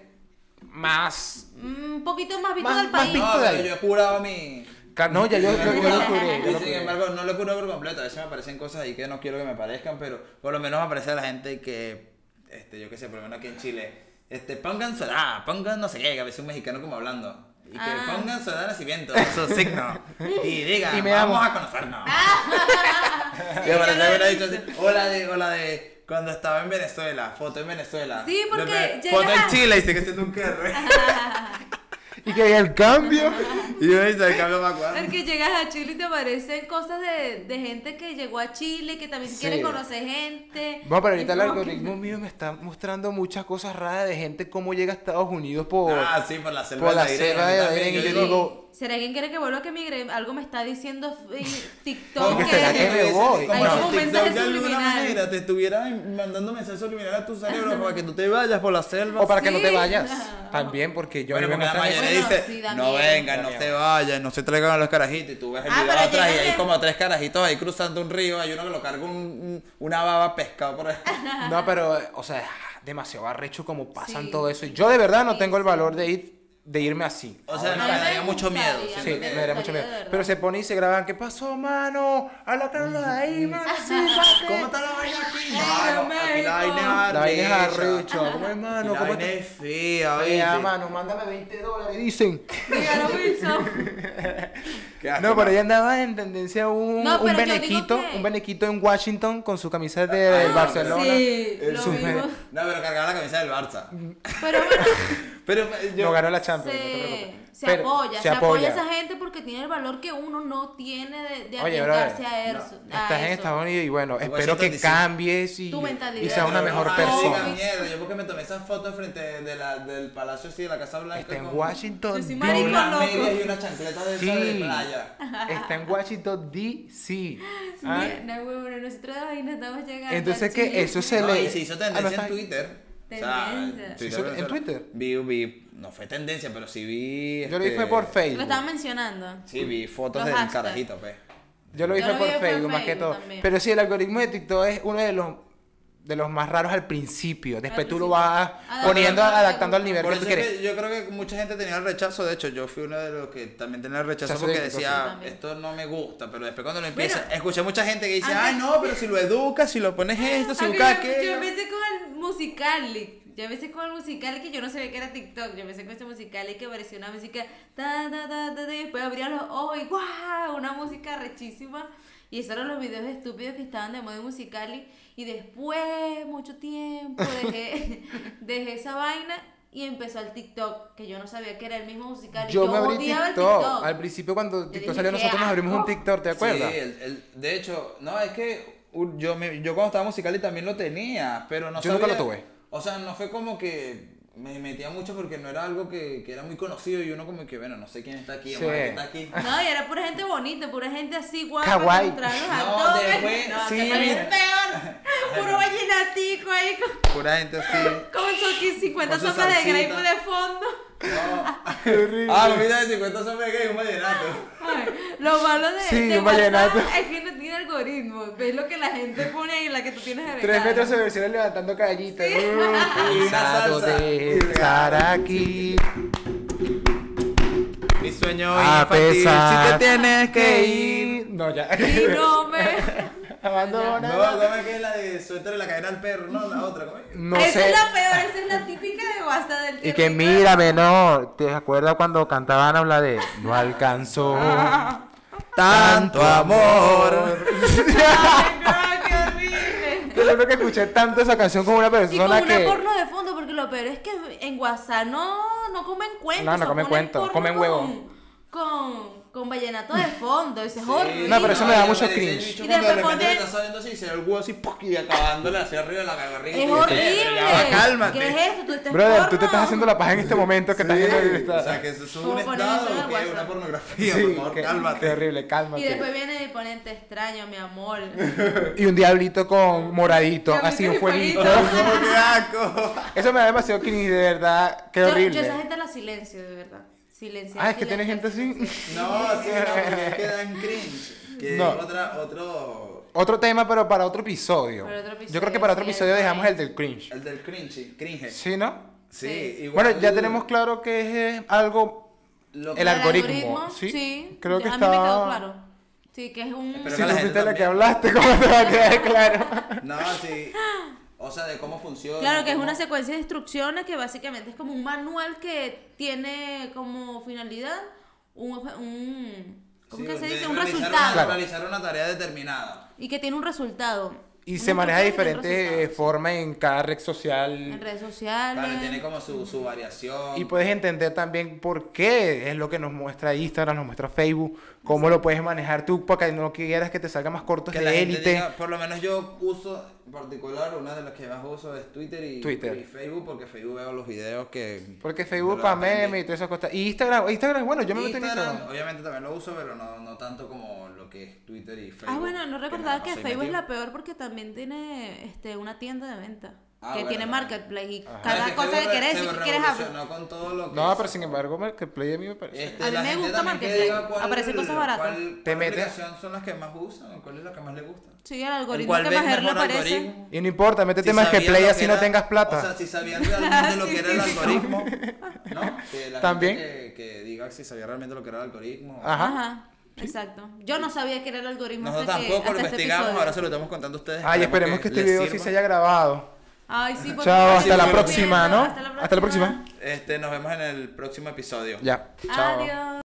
[SPEAKER 1] más...
[SPEAKER 2] Mm, Un poquito más visto
[SPEAKER 1] Más-
[SPEAKER 2] del
[SPEAKER 1] más
[SPEAKER 2] país.
[SPEAKER 1] visto.
[SPEAKER 3] No, pero yo he curado mi...
[SPEAKER 1] Ca- Ah, No, ya yo, yo- yo lo curé, yo
[SPEAKER 3] Y
[SPEAKER 1] lo
[SPEAKER 3] sin
[SPEAKER 1] curé.
[SPEAKER 3] embargo, no lo curo por completo. A veces me aparecen cosas ahí que no quiero que me aparezcan, pero por lo menos me aparece la gente que, este, yo qué sé, por lo menos aquí en Chile, este, pongan solar, pongan no sé qué, que a veces un mexicano como hablando. Y que
[SPEAKER 2] Ah.
[SPEAKER 3] pongan solar nacimiento, su signo. Y digan,
[SPEAKER 1] Y me
[SPEAKER 3] vamos
[SPEAKER 1] amo".
[SPEAKER 3] a conocernos. Y aparece
[SPEAKER 2] yo lo he
[SPEAKER 3] alguna dicho así, hola de, hola de, cuando estaba en Venezuela, foto en Venezuela.
[SPEAKER 2] Sí, porque
[SPEAKER 3] Después,
[SPEAKER 2] llegas
[SPEAKER 3] Foto en
[SPEAKER 2] a-
[SPEAKER 3] Chile y sigue siendo un kerre.
[SPEAKER 1] Y que el cambio...
[SPEAKER 3] y yo dice, cambio más cuadro.
[SPEAKER 2] Porque llegas a Chile y te aparecen cosas de, de gente que llegó a Chile, que también
[SPEAKER 1] Sí.
[SPEAKER 2] quiere conocer gente.
[SPEAKER 1] Bueno, pero ahorita el
[SPEAKER 2] Y como que-
[SPEAKER 1] algoritmo mío me está mostrando muchas cosas raras de gente cómo llega a Estados Unidos por...
[SPEAKER 3] Ah, sí, por la selva
[SPEAKER 1] por la
[SPEAKER 3] de la Irene,
[SPEAKER 1] selva de
[SPEAKER 3] yo
[SPEAKER 1] la
[SPEAKER 3] también,
[SPEAKER 1] Irene,
[SPEAKER 3] yo
[SPEAKER 1] y yo
[SPEAKER 2] Sí.
[SPEAKER 1] digo,
[SPEAKER 2] ¿Será alguien quiere que vuelva que migre? Algo me está diciendo eh, TikTok
[SPEAKER 1] Porque
[SPEAKER 2] que...
[SPEAKER 1] será que me voy.
[SPEAKER 3] Como
[SPEAKER 1] Hay
[SPEAKER 3] si
[SPEAKER 2] como
[SPEAKER 3] TikTok
[SPEAKER 2] mensaje
[SPEAKER 3] de alguna
[SPEAKER 2] subliminal.
[SPEAKER 3] manera te estuviera mandando mensajes subliminales a tu cerebro para que tú te vayas por la selva.
[SPEAKER 1] O para que no te
[SPEAKER 2] Sí.
[SPEAKER 1] vayas. También, porque yo
[SPEAKER 3] Bueno,
[SPEAKER 1] a mí me
[SPEAKER 3] porque la
[SPEAKER 1] muestran
[SPEAKER 3] mayoría
[SPEAKER 1] eso.
[SPEAKER 2] Bueno,
[SPEAKER 3] dice,
[SPEAKER 2] sí, da
[SPEAKER 3] no
[SPEAKER 2] miedo.
[SPEAKER 3] vengan,
[SPEAKER 1] Da
[SPEAKER 3] no
[SPEAKER 1] miedo.
[SPEAKER 3] se vayan, no se traigan a los carajitos. Y tú ves el
[SPEAKER 2] Ah,
[SPEAKER 3] video
[SPEAKER 2] pero
[SPEAKER 3] atrás y
[SPEAKER 2] llega
[SPEAKER 3] hay
[SPEAKER 2] que-
[SPEAKER 3] como tres carajitos ahí cruzando un río. Hay uno que lo carga un- un- una baba pescado por ahí.
[SPEAKER 1] No, pero, o sea, demasiado arrecho como pasan
[SPEAKER 2] Sí.
[SPEAKER 1] todo eso. Y yo de verdad no tengo el valor de ir, de irme así.
[SPEAKER 3] O sea,
[SPEAKER 2] Ahora-
[SPEAKER 3] no,
[SPEAKER 2] A mí
[SPEAKER 3] me
[SPEAKER 2] me
[SPEAKER 3] daría mucho
[SPEAKER 2] gustaría.
[SPEAKER 3] miedo.
[SPEAKER 1] Sí,
[SPEAKER 3] siento
[SPEAKER 1] me
[SPEAKER 2] me
[SPEAKER 3] que-
[SPEAKER 1] daría mucho
[SPEAKER 2] gustaría,
[SPEAKER 1] miedo.
[SPEAKER 2] de verdad.
[SPEAKER 1] Pero se pone y se graban, ¿qué pasó, mano? A la cara de ahí, mano. sí, mate".
[SPEAKER 3] ¿Cómo está la vaina aquí?
[SPEAKER 2] Ay,
[SPEAKER 3] Mano, aquí la vaina es
[SPEAKER 1] La vaina es
[SPEAKER 3] arrecha.
[SPEAKER 1] arrecho, ¿cómo
[SPEAKER 3] Aquí
[SPEAKER 1] hermano?
[SPEAKER 3] La
[SPEAKER 1] ¿Cómo
[SPEAKER 3] vaina
[SPEAKER 1] está?
[SPEAKER 3] es fría,
[SPEAKER 1] Vea,
[SPEAKER 3] ¿viste?
[SPEAKER 1] mano, mándame 20 dólares, dicen.
[SPEAKER 2] Dígalo, Wilson.
[SPEAKER 3] Qué asco,
[SPEAKER 1] No, pero ya andaba en tendencia un,
[SPEAKER 2] No,
[SPEAKER 1] un
[SPEAKER 2] pero yo digo
[SPEAKER 1] benequito,
[SPEAKER 2] que-
[SPEAKER 1] un benequito en Washington con su camisa de
[SPEAKER 3] Ah,
[SPEAKER 1] Barcelona.
[SPEAKER 2] Sí, lo
[SPEAKER 1] Sus-
[SPEAKER 2] vimos.
[SPEAKER 3] No, pero cargaba la camisa del Barça.
[SPEAKER 2] Pero bueno,
[SPEAKER 3] Pero eh, yo.
[SPEAKER 1] No ganó la Champions, no te
[SPEAKER 2] se,
[SPEAKER 1] preocupes.
[SPEAKER 2] se
[SPEAKER 1] Pero
[SPEAKER 2] apoya, se, apoya a esa gente porque tiene el valor que uno no tiene de, de
[SPEAKER 1] Oye,
[SPEAKER 2] arriesgarse
[SPEAKER 1] brother,
[SPEAKER 2] a eso. a
[SPEAKER 1] Estás en
[SPEAKER 2] Ah, eso.
[SPEAKER 1] Estados Unidos y bueno, espero
[SPEAKER 3] Washington
[SPEAKER 1] que
[SPEAKER 3] DC.
[SPEAKER 1] cambies y,
[SPEAKER 2] Tu mentalidad. Ah,
[SPEAKER 1] y seas una
[SPEAKER 2] Pero
[SPEAKER 1] mejor
[SPEAKER 2] no,
[SPEAKER 1] persona.
[SPEAKER 2] diga,
[SPEAKER 3] ah, mierda, yo porque me tomé esas fotos frente de la, del palacio así de la Casa Blanca.
[SPEAKER 1] Está en
[SPEAKER 3] con-
[SPEAKER 1] Washington.
[SPEAKER 2] Yo soy
[SPEAKER 1] D-
[SPEAKER 3] con
[SPEAKER 2] Marico
[SPEAKER 3] unas
[SPEAKER 2] loco.
[SPEAKER 3] medias y una chancleta de esas de
[SPEAKER 1] Sí.
[SPEAKER 3] playa.
[SPEAKER 1] Está en Washington D.C. Ah,
[SPEAKER 2] Mira, güey, bueno, nosotros ahí no estamos llegando.
[SPEAKER 1] Entonces,
[SPEAKER 2] a
[SPEAKER 1] ¿qué?
[SPEAKER 2] Chile.
[SPEAKER 1] Eso se-
[SPEAKER 3] No,
[SPEAKER 1] le-
[SPEAKER 3] y se hizo
[SPEAKER 1] Ah, no
[SPEAKER 3] tendencia
[SPEAKER 1] está
[SPEAKER 3] en
[SPEAKER 1] ahí.
[SPEAKER 3] Twitter.
[SPEAKER 2] Tendencia.
[SPEAKER 1] ¿Se hizo en
[SPEAKER 3] Venezuela.
[SPEAKER 1] Twitter?
[SPEAKER 3] Vi, vi, no fue tendencia, pero sí vi.
[SPEAKER 1] Yo lo vi
[SPEAKER 3] este,
[SPEAKER 1] fue por
[SPEAKER 2] Lo estaban
[SPEAKER 1] Facebook.
[SPEAKER 2] mencionando.
[SPEAKER 3] Sí, vi fotos
[SPEAKER 2] Los
[SPEAKER 3] del
[SPEAKER 2] hashtags.
[SPEAKER 3] carajito, pues.
[SPEAKER 1] Yo lo vi
[SPEAKER 2] Yo
[SPEAKER 1] fue
[SPEAKER 2] lo
[SPEAKER 1] por
[SPEAKER 2] vi fue
[SPEAKER 1] Facebook más que
[SPEAKER 2] Facebook
[SPEAKER 1] todo.
[SPEAKER 2] también.
[SPEAKER 1] Pero sí, el algoritmo de TikTok es uno de los de los más raros al principio. Después tú lo
[SPEAKER 2] principio.
[SPEAKER 1] vas
[SPEAKER 2] Adaptando,
[SPEAKER 1] poniendo,
[SPEAKER 2] adaptando.
[SPEAKER 1] adaptando al nivel
[SPEAKER 3] Por
[SPEAKER 1] que
[SPEAKER 3] eso
[SPEAKER 1] tú
[SPEAKER 3] es
[SPEAKER 1] quieres.
[SPEAKER 3] que yo creo que mucha gente tenía el rechazo. De hecho, yo fui uno de los que también tenía el rechazo
[SPEAKER 1] Rechazo
[SPEAKER 3] porque
[SPEAKER 1] de-
[SPEAKER 2] Sí,
[SPEAKER 3] decía,
[SPEAKER 2] también.
[SPEAKER 3] esto no me gusta. Pero después cuando lo empieza,
[SPEAKER 2] Bueno,
[SPEAKER 3] escuché mucha gente que dice,
[SPEAKER 2] antes- Ah,
[SPEAKER 3] ay, no, pero si lo educas, si lo pones esto, si
[SPEAKER 2] Aunque
[SPEAKER 3] educas
[SPEAKER 2] yo, yo
[SPEAKER 3] aquello.
[SPEAKER 2] empecé con el musical. Yo empecé con el musical que yo no sabía que era TikTok. Yo empecé con este musical y que parecía una música. Ta, ta, ta, ta, ta, y después abría los ojos y ¡guau! Una música rechísima. Y esos eran los videos estúpidos que estaban de moda en musical. Y después, mucho tiempo, dejé, dejé esa vaina y empezó el TikTok. Que yo no sabía que era el mismo musical.
[SPEAKER 1] Yo me abrí
[SPEAKER 2] odiaba el
[SPEAKER 1] TikTok. Al principio cuando TikTok
[SPEAKER 2] dije,
[SPEAKER 1] salió
[SPEAKER 2] "Qué
[SPEAKER 1] nosotros nos abrimos un
[SPEAKER 2] asco".
[SPEAKER 1] TikTok, ¿te acuerdas?
[SPEAKER 3] Sí, el- el- de hecho, no, es que u- yo, me- yo cuando estaba musical y también lo tenía, pero no
[SPEAKER 1] Yo nunca
[SPEAKER 3] sabía-
[SPEAKER 1] lo tuve.
[SPEAKER 3] O sea, no fue como que me metía mucho porque no era algo que, que era muy conocido y uno como que, bueno, no sé quién está aquí,
[SPEAKER 1] Sí.
[SPEAKER 3] vamos a ver quién está aquí.
[SPEAKER 2] No, y era pura gente bonita, pura gente así guapa.
[SPEAKER 1] Kawaii.
[SPEAKER 2] con tragos
[SPEAKER 3] No,
[SPEAKER 2] a tope.
[SPEAKER 3] después-
[SPEAKER 2] No,
[SPEAKER 3] sí,
[SPEAKER 2] que fue
[SPEAKER 3] mira.
[SPEAKER 2] peor. Puro vallenatico ahí con,
[SPEAKER 3] Pura gente así.
[SPEAKER 2] con sus aquí 50
[SPEAKER 3] Con su
[SPEAKER 2] sopas de
[SPEAKER 3] salsita.
[SPEAKER 2] grape de fondo.
[SPEAKER 1] horrible.
[SPEAKER 3] Ah, mira, de 50 sombras gay, un vallenato.
[SPEAKER 2] Ay, lo malo de,
[SPEAKER 1] Sí,
[SPEAKER 2] de
[SPEAKER 1] un
[SPEAKER 2] WhatsApp
[SPEAKER 1] vallenato.
[SPEAKER 2] es que no tiene algoritmo. Ves lo que la gente pone ahí, la que tú tienes agregada.
[SPEAKER 1] Tres metros sobre el cielo levantando caballitas. Uh,
[SPEAKER 3] Y una
[SPEAKER 1] Cansado
[SPEAKER 3] salsa.
[SPEAKER 1] de estar aquí.
[SPEAKER 3] Mi sueño
[SPEAKER 1] A
[SPEAKER 3] infantil, si te
[SPEAKER 1] pesar
[SPEAKER 3] tienes que ir.
[SPEAKER 1] No, ya.
[SPEAKER 2] Y no me...
[SPEAKER 3] No,
[SPEAKER 1] Abandona.
[SPEAKER 3] ¿cómo es que es la de suéter la cadena al perro? No, la otra, ¿cómo es?
[SPEAKER 1] No
[SPEAKER 2] esa
[SPEAKER 1] sé.
[SPEAKER 2] es la peor, esa es la típica de WhatsApp del
[SPEAKER 1] Y
[SPEAKER 2] tiempo.
[SPEAKER 1] que mírame, no. ¿Te acuerdas cuando cantaban habla de no alcanzó?
[SPEAKER 3] Tanto amor.
[SPEAKER 2] Ay, no, qué horrible.
[SPEAKER 1] Yo creo que escuché tanto esa canción con una
[SPEAKER 2] Y con
[SPEAKER 1] persona
[SPEAKER 2] una
[SPEAKER 1] que.
[SPEAKER 2] porno de fondo, porque lo peor es que en WhatsApp no, no comen cuentos.
[SPEAKER 1] No, no
[SPEAKER 2] o
[SPEAKER 1] comen
[SPEAKER 2] ponen
[SPEAKER 1] cuentos,
[SPEAKER 2] porno
[SPEAKER 1] comen
[SPEAKER 2] con-
[SPEAKER 1] huevo.
[SPEAKER 2] Con, con, con vallenato de fondo, y se jode.
[SPEAKER 1] No, pero eso me da mucho
[SPEAKER 3] me dice el
[SPEAKER 1] cringe.
[SPEAKER 3] bicho
[SPEAKER 2] Y
[SPEAKER 3] cuando de
[SPEAKER 2] después
[SPEAKER 3] repente
[SPEAKER 2] ponen-
[SPEAKER 3] le está saliendo así, y se da el huevo así, ¡puc! y acabándole hacia arriba de la garganta.
[SPEAKER 2] Es horrible.
[SPEAKER 3] Cálmate.
[SPEAKER 2] ¿Qué es esto? ¿Tú estás
[SPEAKER 1] Brother, tú te
[SPEAKER 2] porno?
[SPEAKER 1] estás haciendo la paja en este momento que estás
[SPEAKER 3] Sí,
[SPEAKER 1] viendo el
[SPEAKER 3] o sea, que eso es un
[SPEAKER 2] Como poner eso en
[SPEAKER 3] estado,
[SPEAKER 2] el
[SPEAKER 3] que es
[SPEAKER 2] WhatsApp.
[SPEAKER 3] una pornografía,
[SPEAKER 1] Sí,
[SPEAKER 3] por favor,
[SPEAKER 1] qué-
[SPEAKER 3] cálmate.
[SPEAKER 1] Qué horrible,
[SPEAKER 2] Y
[SPEAKER 1] cálmate.
[SPEAKER 2] después viene el ponente extraño, mi amor.
[SPEAKER 1] Y un diablito con moradito,
[SPEAKER 2] Diablito
[SPEAKER 1] así un
[SPEAKER 2] y
[SPEAKER 1] fueguito.
[SPEAKER 2] fueguito.
[SPEAKER 3] No, ¡Qué asco!
[SPEAKER 1] Eso me da demasiado cringe, de verdad. Qué
[SPEAKER 2] Yo-
[SPEAKER 1] horrible.
[SPEAKER 2] Yo, esa gente la silencio, de verdad. Silencio.
[SPEAKER 1] Ah, es que tiene gente así.
[SPEAKER 3] No, sí, no, porque es que dan cringe. Que
[SPEAKER 1] No.
[SPEAKER 3] es otra, otro.
[SPEAKER 1] Otro tema, pero para otro episodio.
[SPEAKER 2] Para otro episodio, eh.
[SPEAKER 1] Yo creo que para otro
[SPEAKER 2] sí,
[SPEAKER 1] episodio
[SPEAKER 2] el
[SPEAKER 1] dejamos
[SPEAKER 2] cringe.
[SPEAKER 1] el del cringe.
[SPEAKER 3] El del cringe, cringe. Sí,
[SPEAKER 1] ¿Sí, no?
[SPEAKER 3] igual.
[SPEAKER 1] Bueno, ya tenemos claro que es eh, algo.
[SPEAKER 3] Lo que-
[SPEAKER 1] El
[SPEAKER 2] ¿El
[SPEAKER 1] algoritmo,
[SPEAKER 2] algoritmo?
[SPEAKER 1] ¿sí?
[SPEAKER 2] Sí.
[SPEAKER 1] Creo que
[SPEAKER 2] a mí
[SPEAKER 1] está-
[SPEAKER 2] me quedó claro. Sí, que es un.
[SPEAKER 3] Espero
[SPEAKER 1] si
[SPEAKER 3] que la gente
[SPEAKER 1] supiste la que
[SPEAKER 3] también.
[SPEAKER 1] hablaste, ¿cómo te va a quedar claro?
[SPEAKER 3] No, sí. O sea, de cómo funciona.
[SPEAKER 2] Claro, que es
[SPEAKER 3] cómo-
[SPEAKER 2] una secuencia de instrucciones que básicamente es como un manual que tiene como finalidad un, obje- un ¿cómo
[SPEAKER 3] Sí,
[SPEAKER 2] que se
[SPEAKER 3] de
[SPEAKER 2] dice? Un
[SPEAKER 3] realizar
[SPEAKER 2] resultado.
[SPEAKER 3] Una,
[SPEAKER 1] Claro.
[SPEAKER 3] Realizar una tarea determinada.
[SPEAKER 2] Y que tiene un resultado.
[SPEAKER 1] Y
[SPEAKER 2] Una
[SPEAKER 1] se maneja de
[SPEAKER 2] instrucción que tiene un
[SPEAKER 1] diferentes eh,
[SPEAKER 2] resultado.
[SPEAKER 1] formas en cada red
[SPEAKER 2] En
[SPEAKER 1] social.
[SPEAKER 2] redes sociales.
[SPEAKER 3] Claro, tiene como su, su variación.
[SPEAKER 1] Y pues, puedes entender también por qué es lo que nos muestra Instagram, nos muestra Facebook, cómo lo puedes manejar tú para que no quieras que te salga más cortos
[SPEAKER 3] que la
[SPEAKER 1] de
[SPEAKER 3] gente
[SPEAKER 1] élite.
[SPEAKER 3] diga- por lo menos yo uso en particular, una de las que más uso es Twitter y,
[SPEAKER 1] Twitter.
[SPEAKER 3] y Facebook, porque Facebook veo los videos que.
[SPEAKER 1] Porque Facebook
[SPEAKER 3] de
[SPEAKER 1] para
[SPEAKER 3] los que aprendí.
[SPEAKER 1] memes y todas esas cosas. Y Instagram, Instagram, bueno, yo me meto en
[SPEAKER 3] Instagram,
[SPEAKER 1] Instagram.
[SPEAKER 3] obviamente también lo uso, pero no, no tanto como lo que es Twitter y Facebook.
[SPEAKER 2] Ah, bueno, no recordaba que
[SPEAKER 3] nada más soy
[SPEAKER 2] Facebook es
[SPEAKER 3] metido.
[SPEAKER 2] la peor porque también tiene este, una tienda de venta.
[SPEAKER 3] Ah,
[SPEAKER 2] que
[SPEAKER 3] bueno,
[SPEAKER 2] tiene
[SPEAKER 3] también.
[SPEAKER 2] marketplace y
[SPEAKER 1] Ajá.
[SPEAKER 3] Ah,
[SPEAKER 2] cada
[SPEAKER 3] es
[SPEAKER 2] cosa que
[SPEAKER 3] Facebook
[SPEAKER 2] quieres
[SPEAKER 3] se
[SPEAKER 2] decir que quieres hablar.
[SPEAKER 3] revolucionó con todo lo que
[SPEAKER 1] No,
[SPEAKER 3] es-
[SPEAKER 1] pero sin embargo, Marketplace a mí me parece.
[SPEAKER 3] Este,
[SPEAKER 2] A mí
[SPEAKER 3] la
[SPEAKER 2] me
[SPEAKER 3] gente
[SPEAKER 2] gusta
[SPEAKER 3] también que
[SPEAKER 2] Marketplace.
[SPEAKER 3] diga cuál-
[SPEAKER 2] Aparecen cosas baratas.
[SPEAKER 3] ¿Cuál,
[SPEAKER 1] Te
[SPEAKER 3] cuál
[SPEAKER 1] metes- Este
[SPEAKER 3] aplicación son las que más usan? ¿Cuál es la que más les gusta?
[SPEAKER 2] Sí, el algoritmo
[SPEAKER 3] ¿Cuál
[SPEAKER 2] que
[SPEAKER 3] ven
[SPEAKER 2] más él le
[SPEAKER 3] mejor
[SPEAKER 2] aparece.
[SPEAKER 3] algoritmo?
[SPEAKER 1] Y no importa, métete
[SPEAKER 3] Si
[SPEAKER 1] en Marketplace
[SPEAKER 3] sabían lo
[SPEAKER 1] así
[SPEAKER 3] que
[SPEAKER 1] no
[SPEAKER 3] era-
[SPEAKER 1] tengas plata.
[SPEAKER 3] O sea, si sabían realmente lo
[SPEAKER 2] Sí,
[SPEAKER 3] que era el
[SPEAKER 2] sí, sí.
[SPEAKER 3] algoritmo, ¿no? Que la
[SPEAKER 1] También. Ah.
[SPEAKER 3] gente que, que diga si sabía realmente lo que era el algoritmo.
[SPEAKER 1] Ajá.
[SPEAKER 2] Ajá. Exacto. Yo no sabía que era el algoritmo
[SPEAKER 3] Nosotros
[SPEAKER 2] hasta que-
[SPEAKER 3] tampoco lo
[SPEAKER 2] hasta este
[SPEAKER 3] investigamos,
[SPEAKER 2] episodio.
[SPEAKER 3] ahora se lo estamos contando a ustedes.
[SPEAKER 1] Ay, esperemos que este
[SPEAKER 3] les
[SPEAKER 1] video sí
[SPEAKER 3] sirva.
[SPEAKER 1] se haya grabado.
[SPEAKER 2] Ay, sí, por
[SPEAKER 1] Chao,
[SPEAKER 2] favor,
[SPEAKER 1] hasta la
[SPEAKER 2] sí,
[SPEAKER 1] próxima,
[SPEAKER 2] viendo.
[SPEAKER 1] ¿no? Hasta la próxima.
[SPEAKER 3] Este, nos vemos en el próximo episodio.
[SPEAKER 2] Ah,
[SPEAKER 1] Ya. Chao.
[SPEAKER 2] Adiós.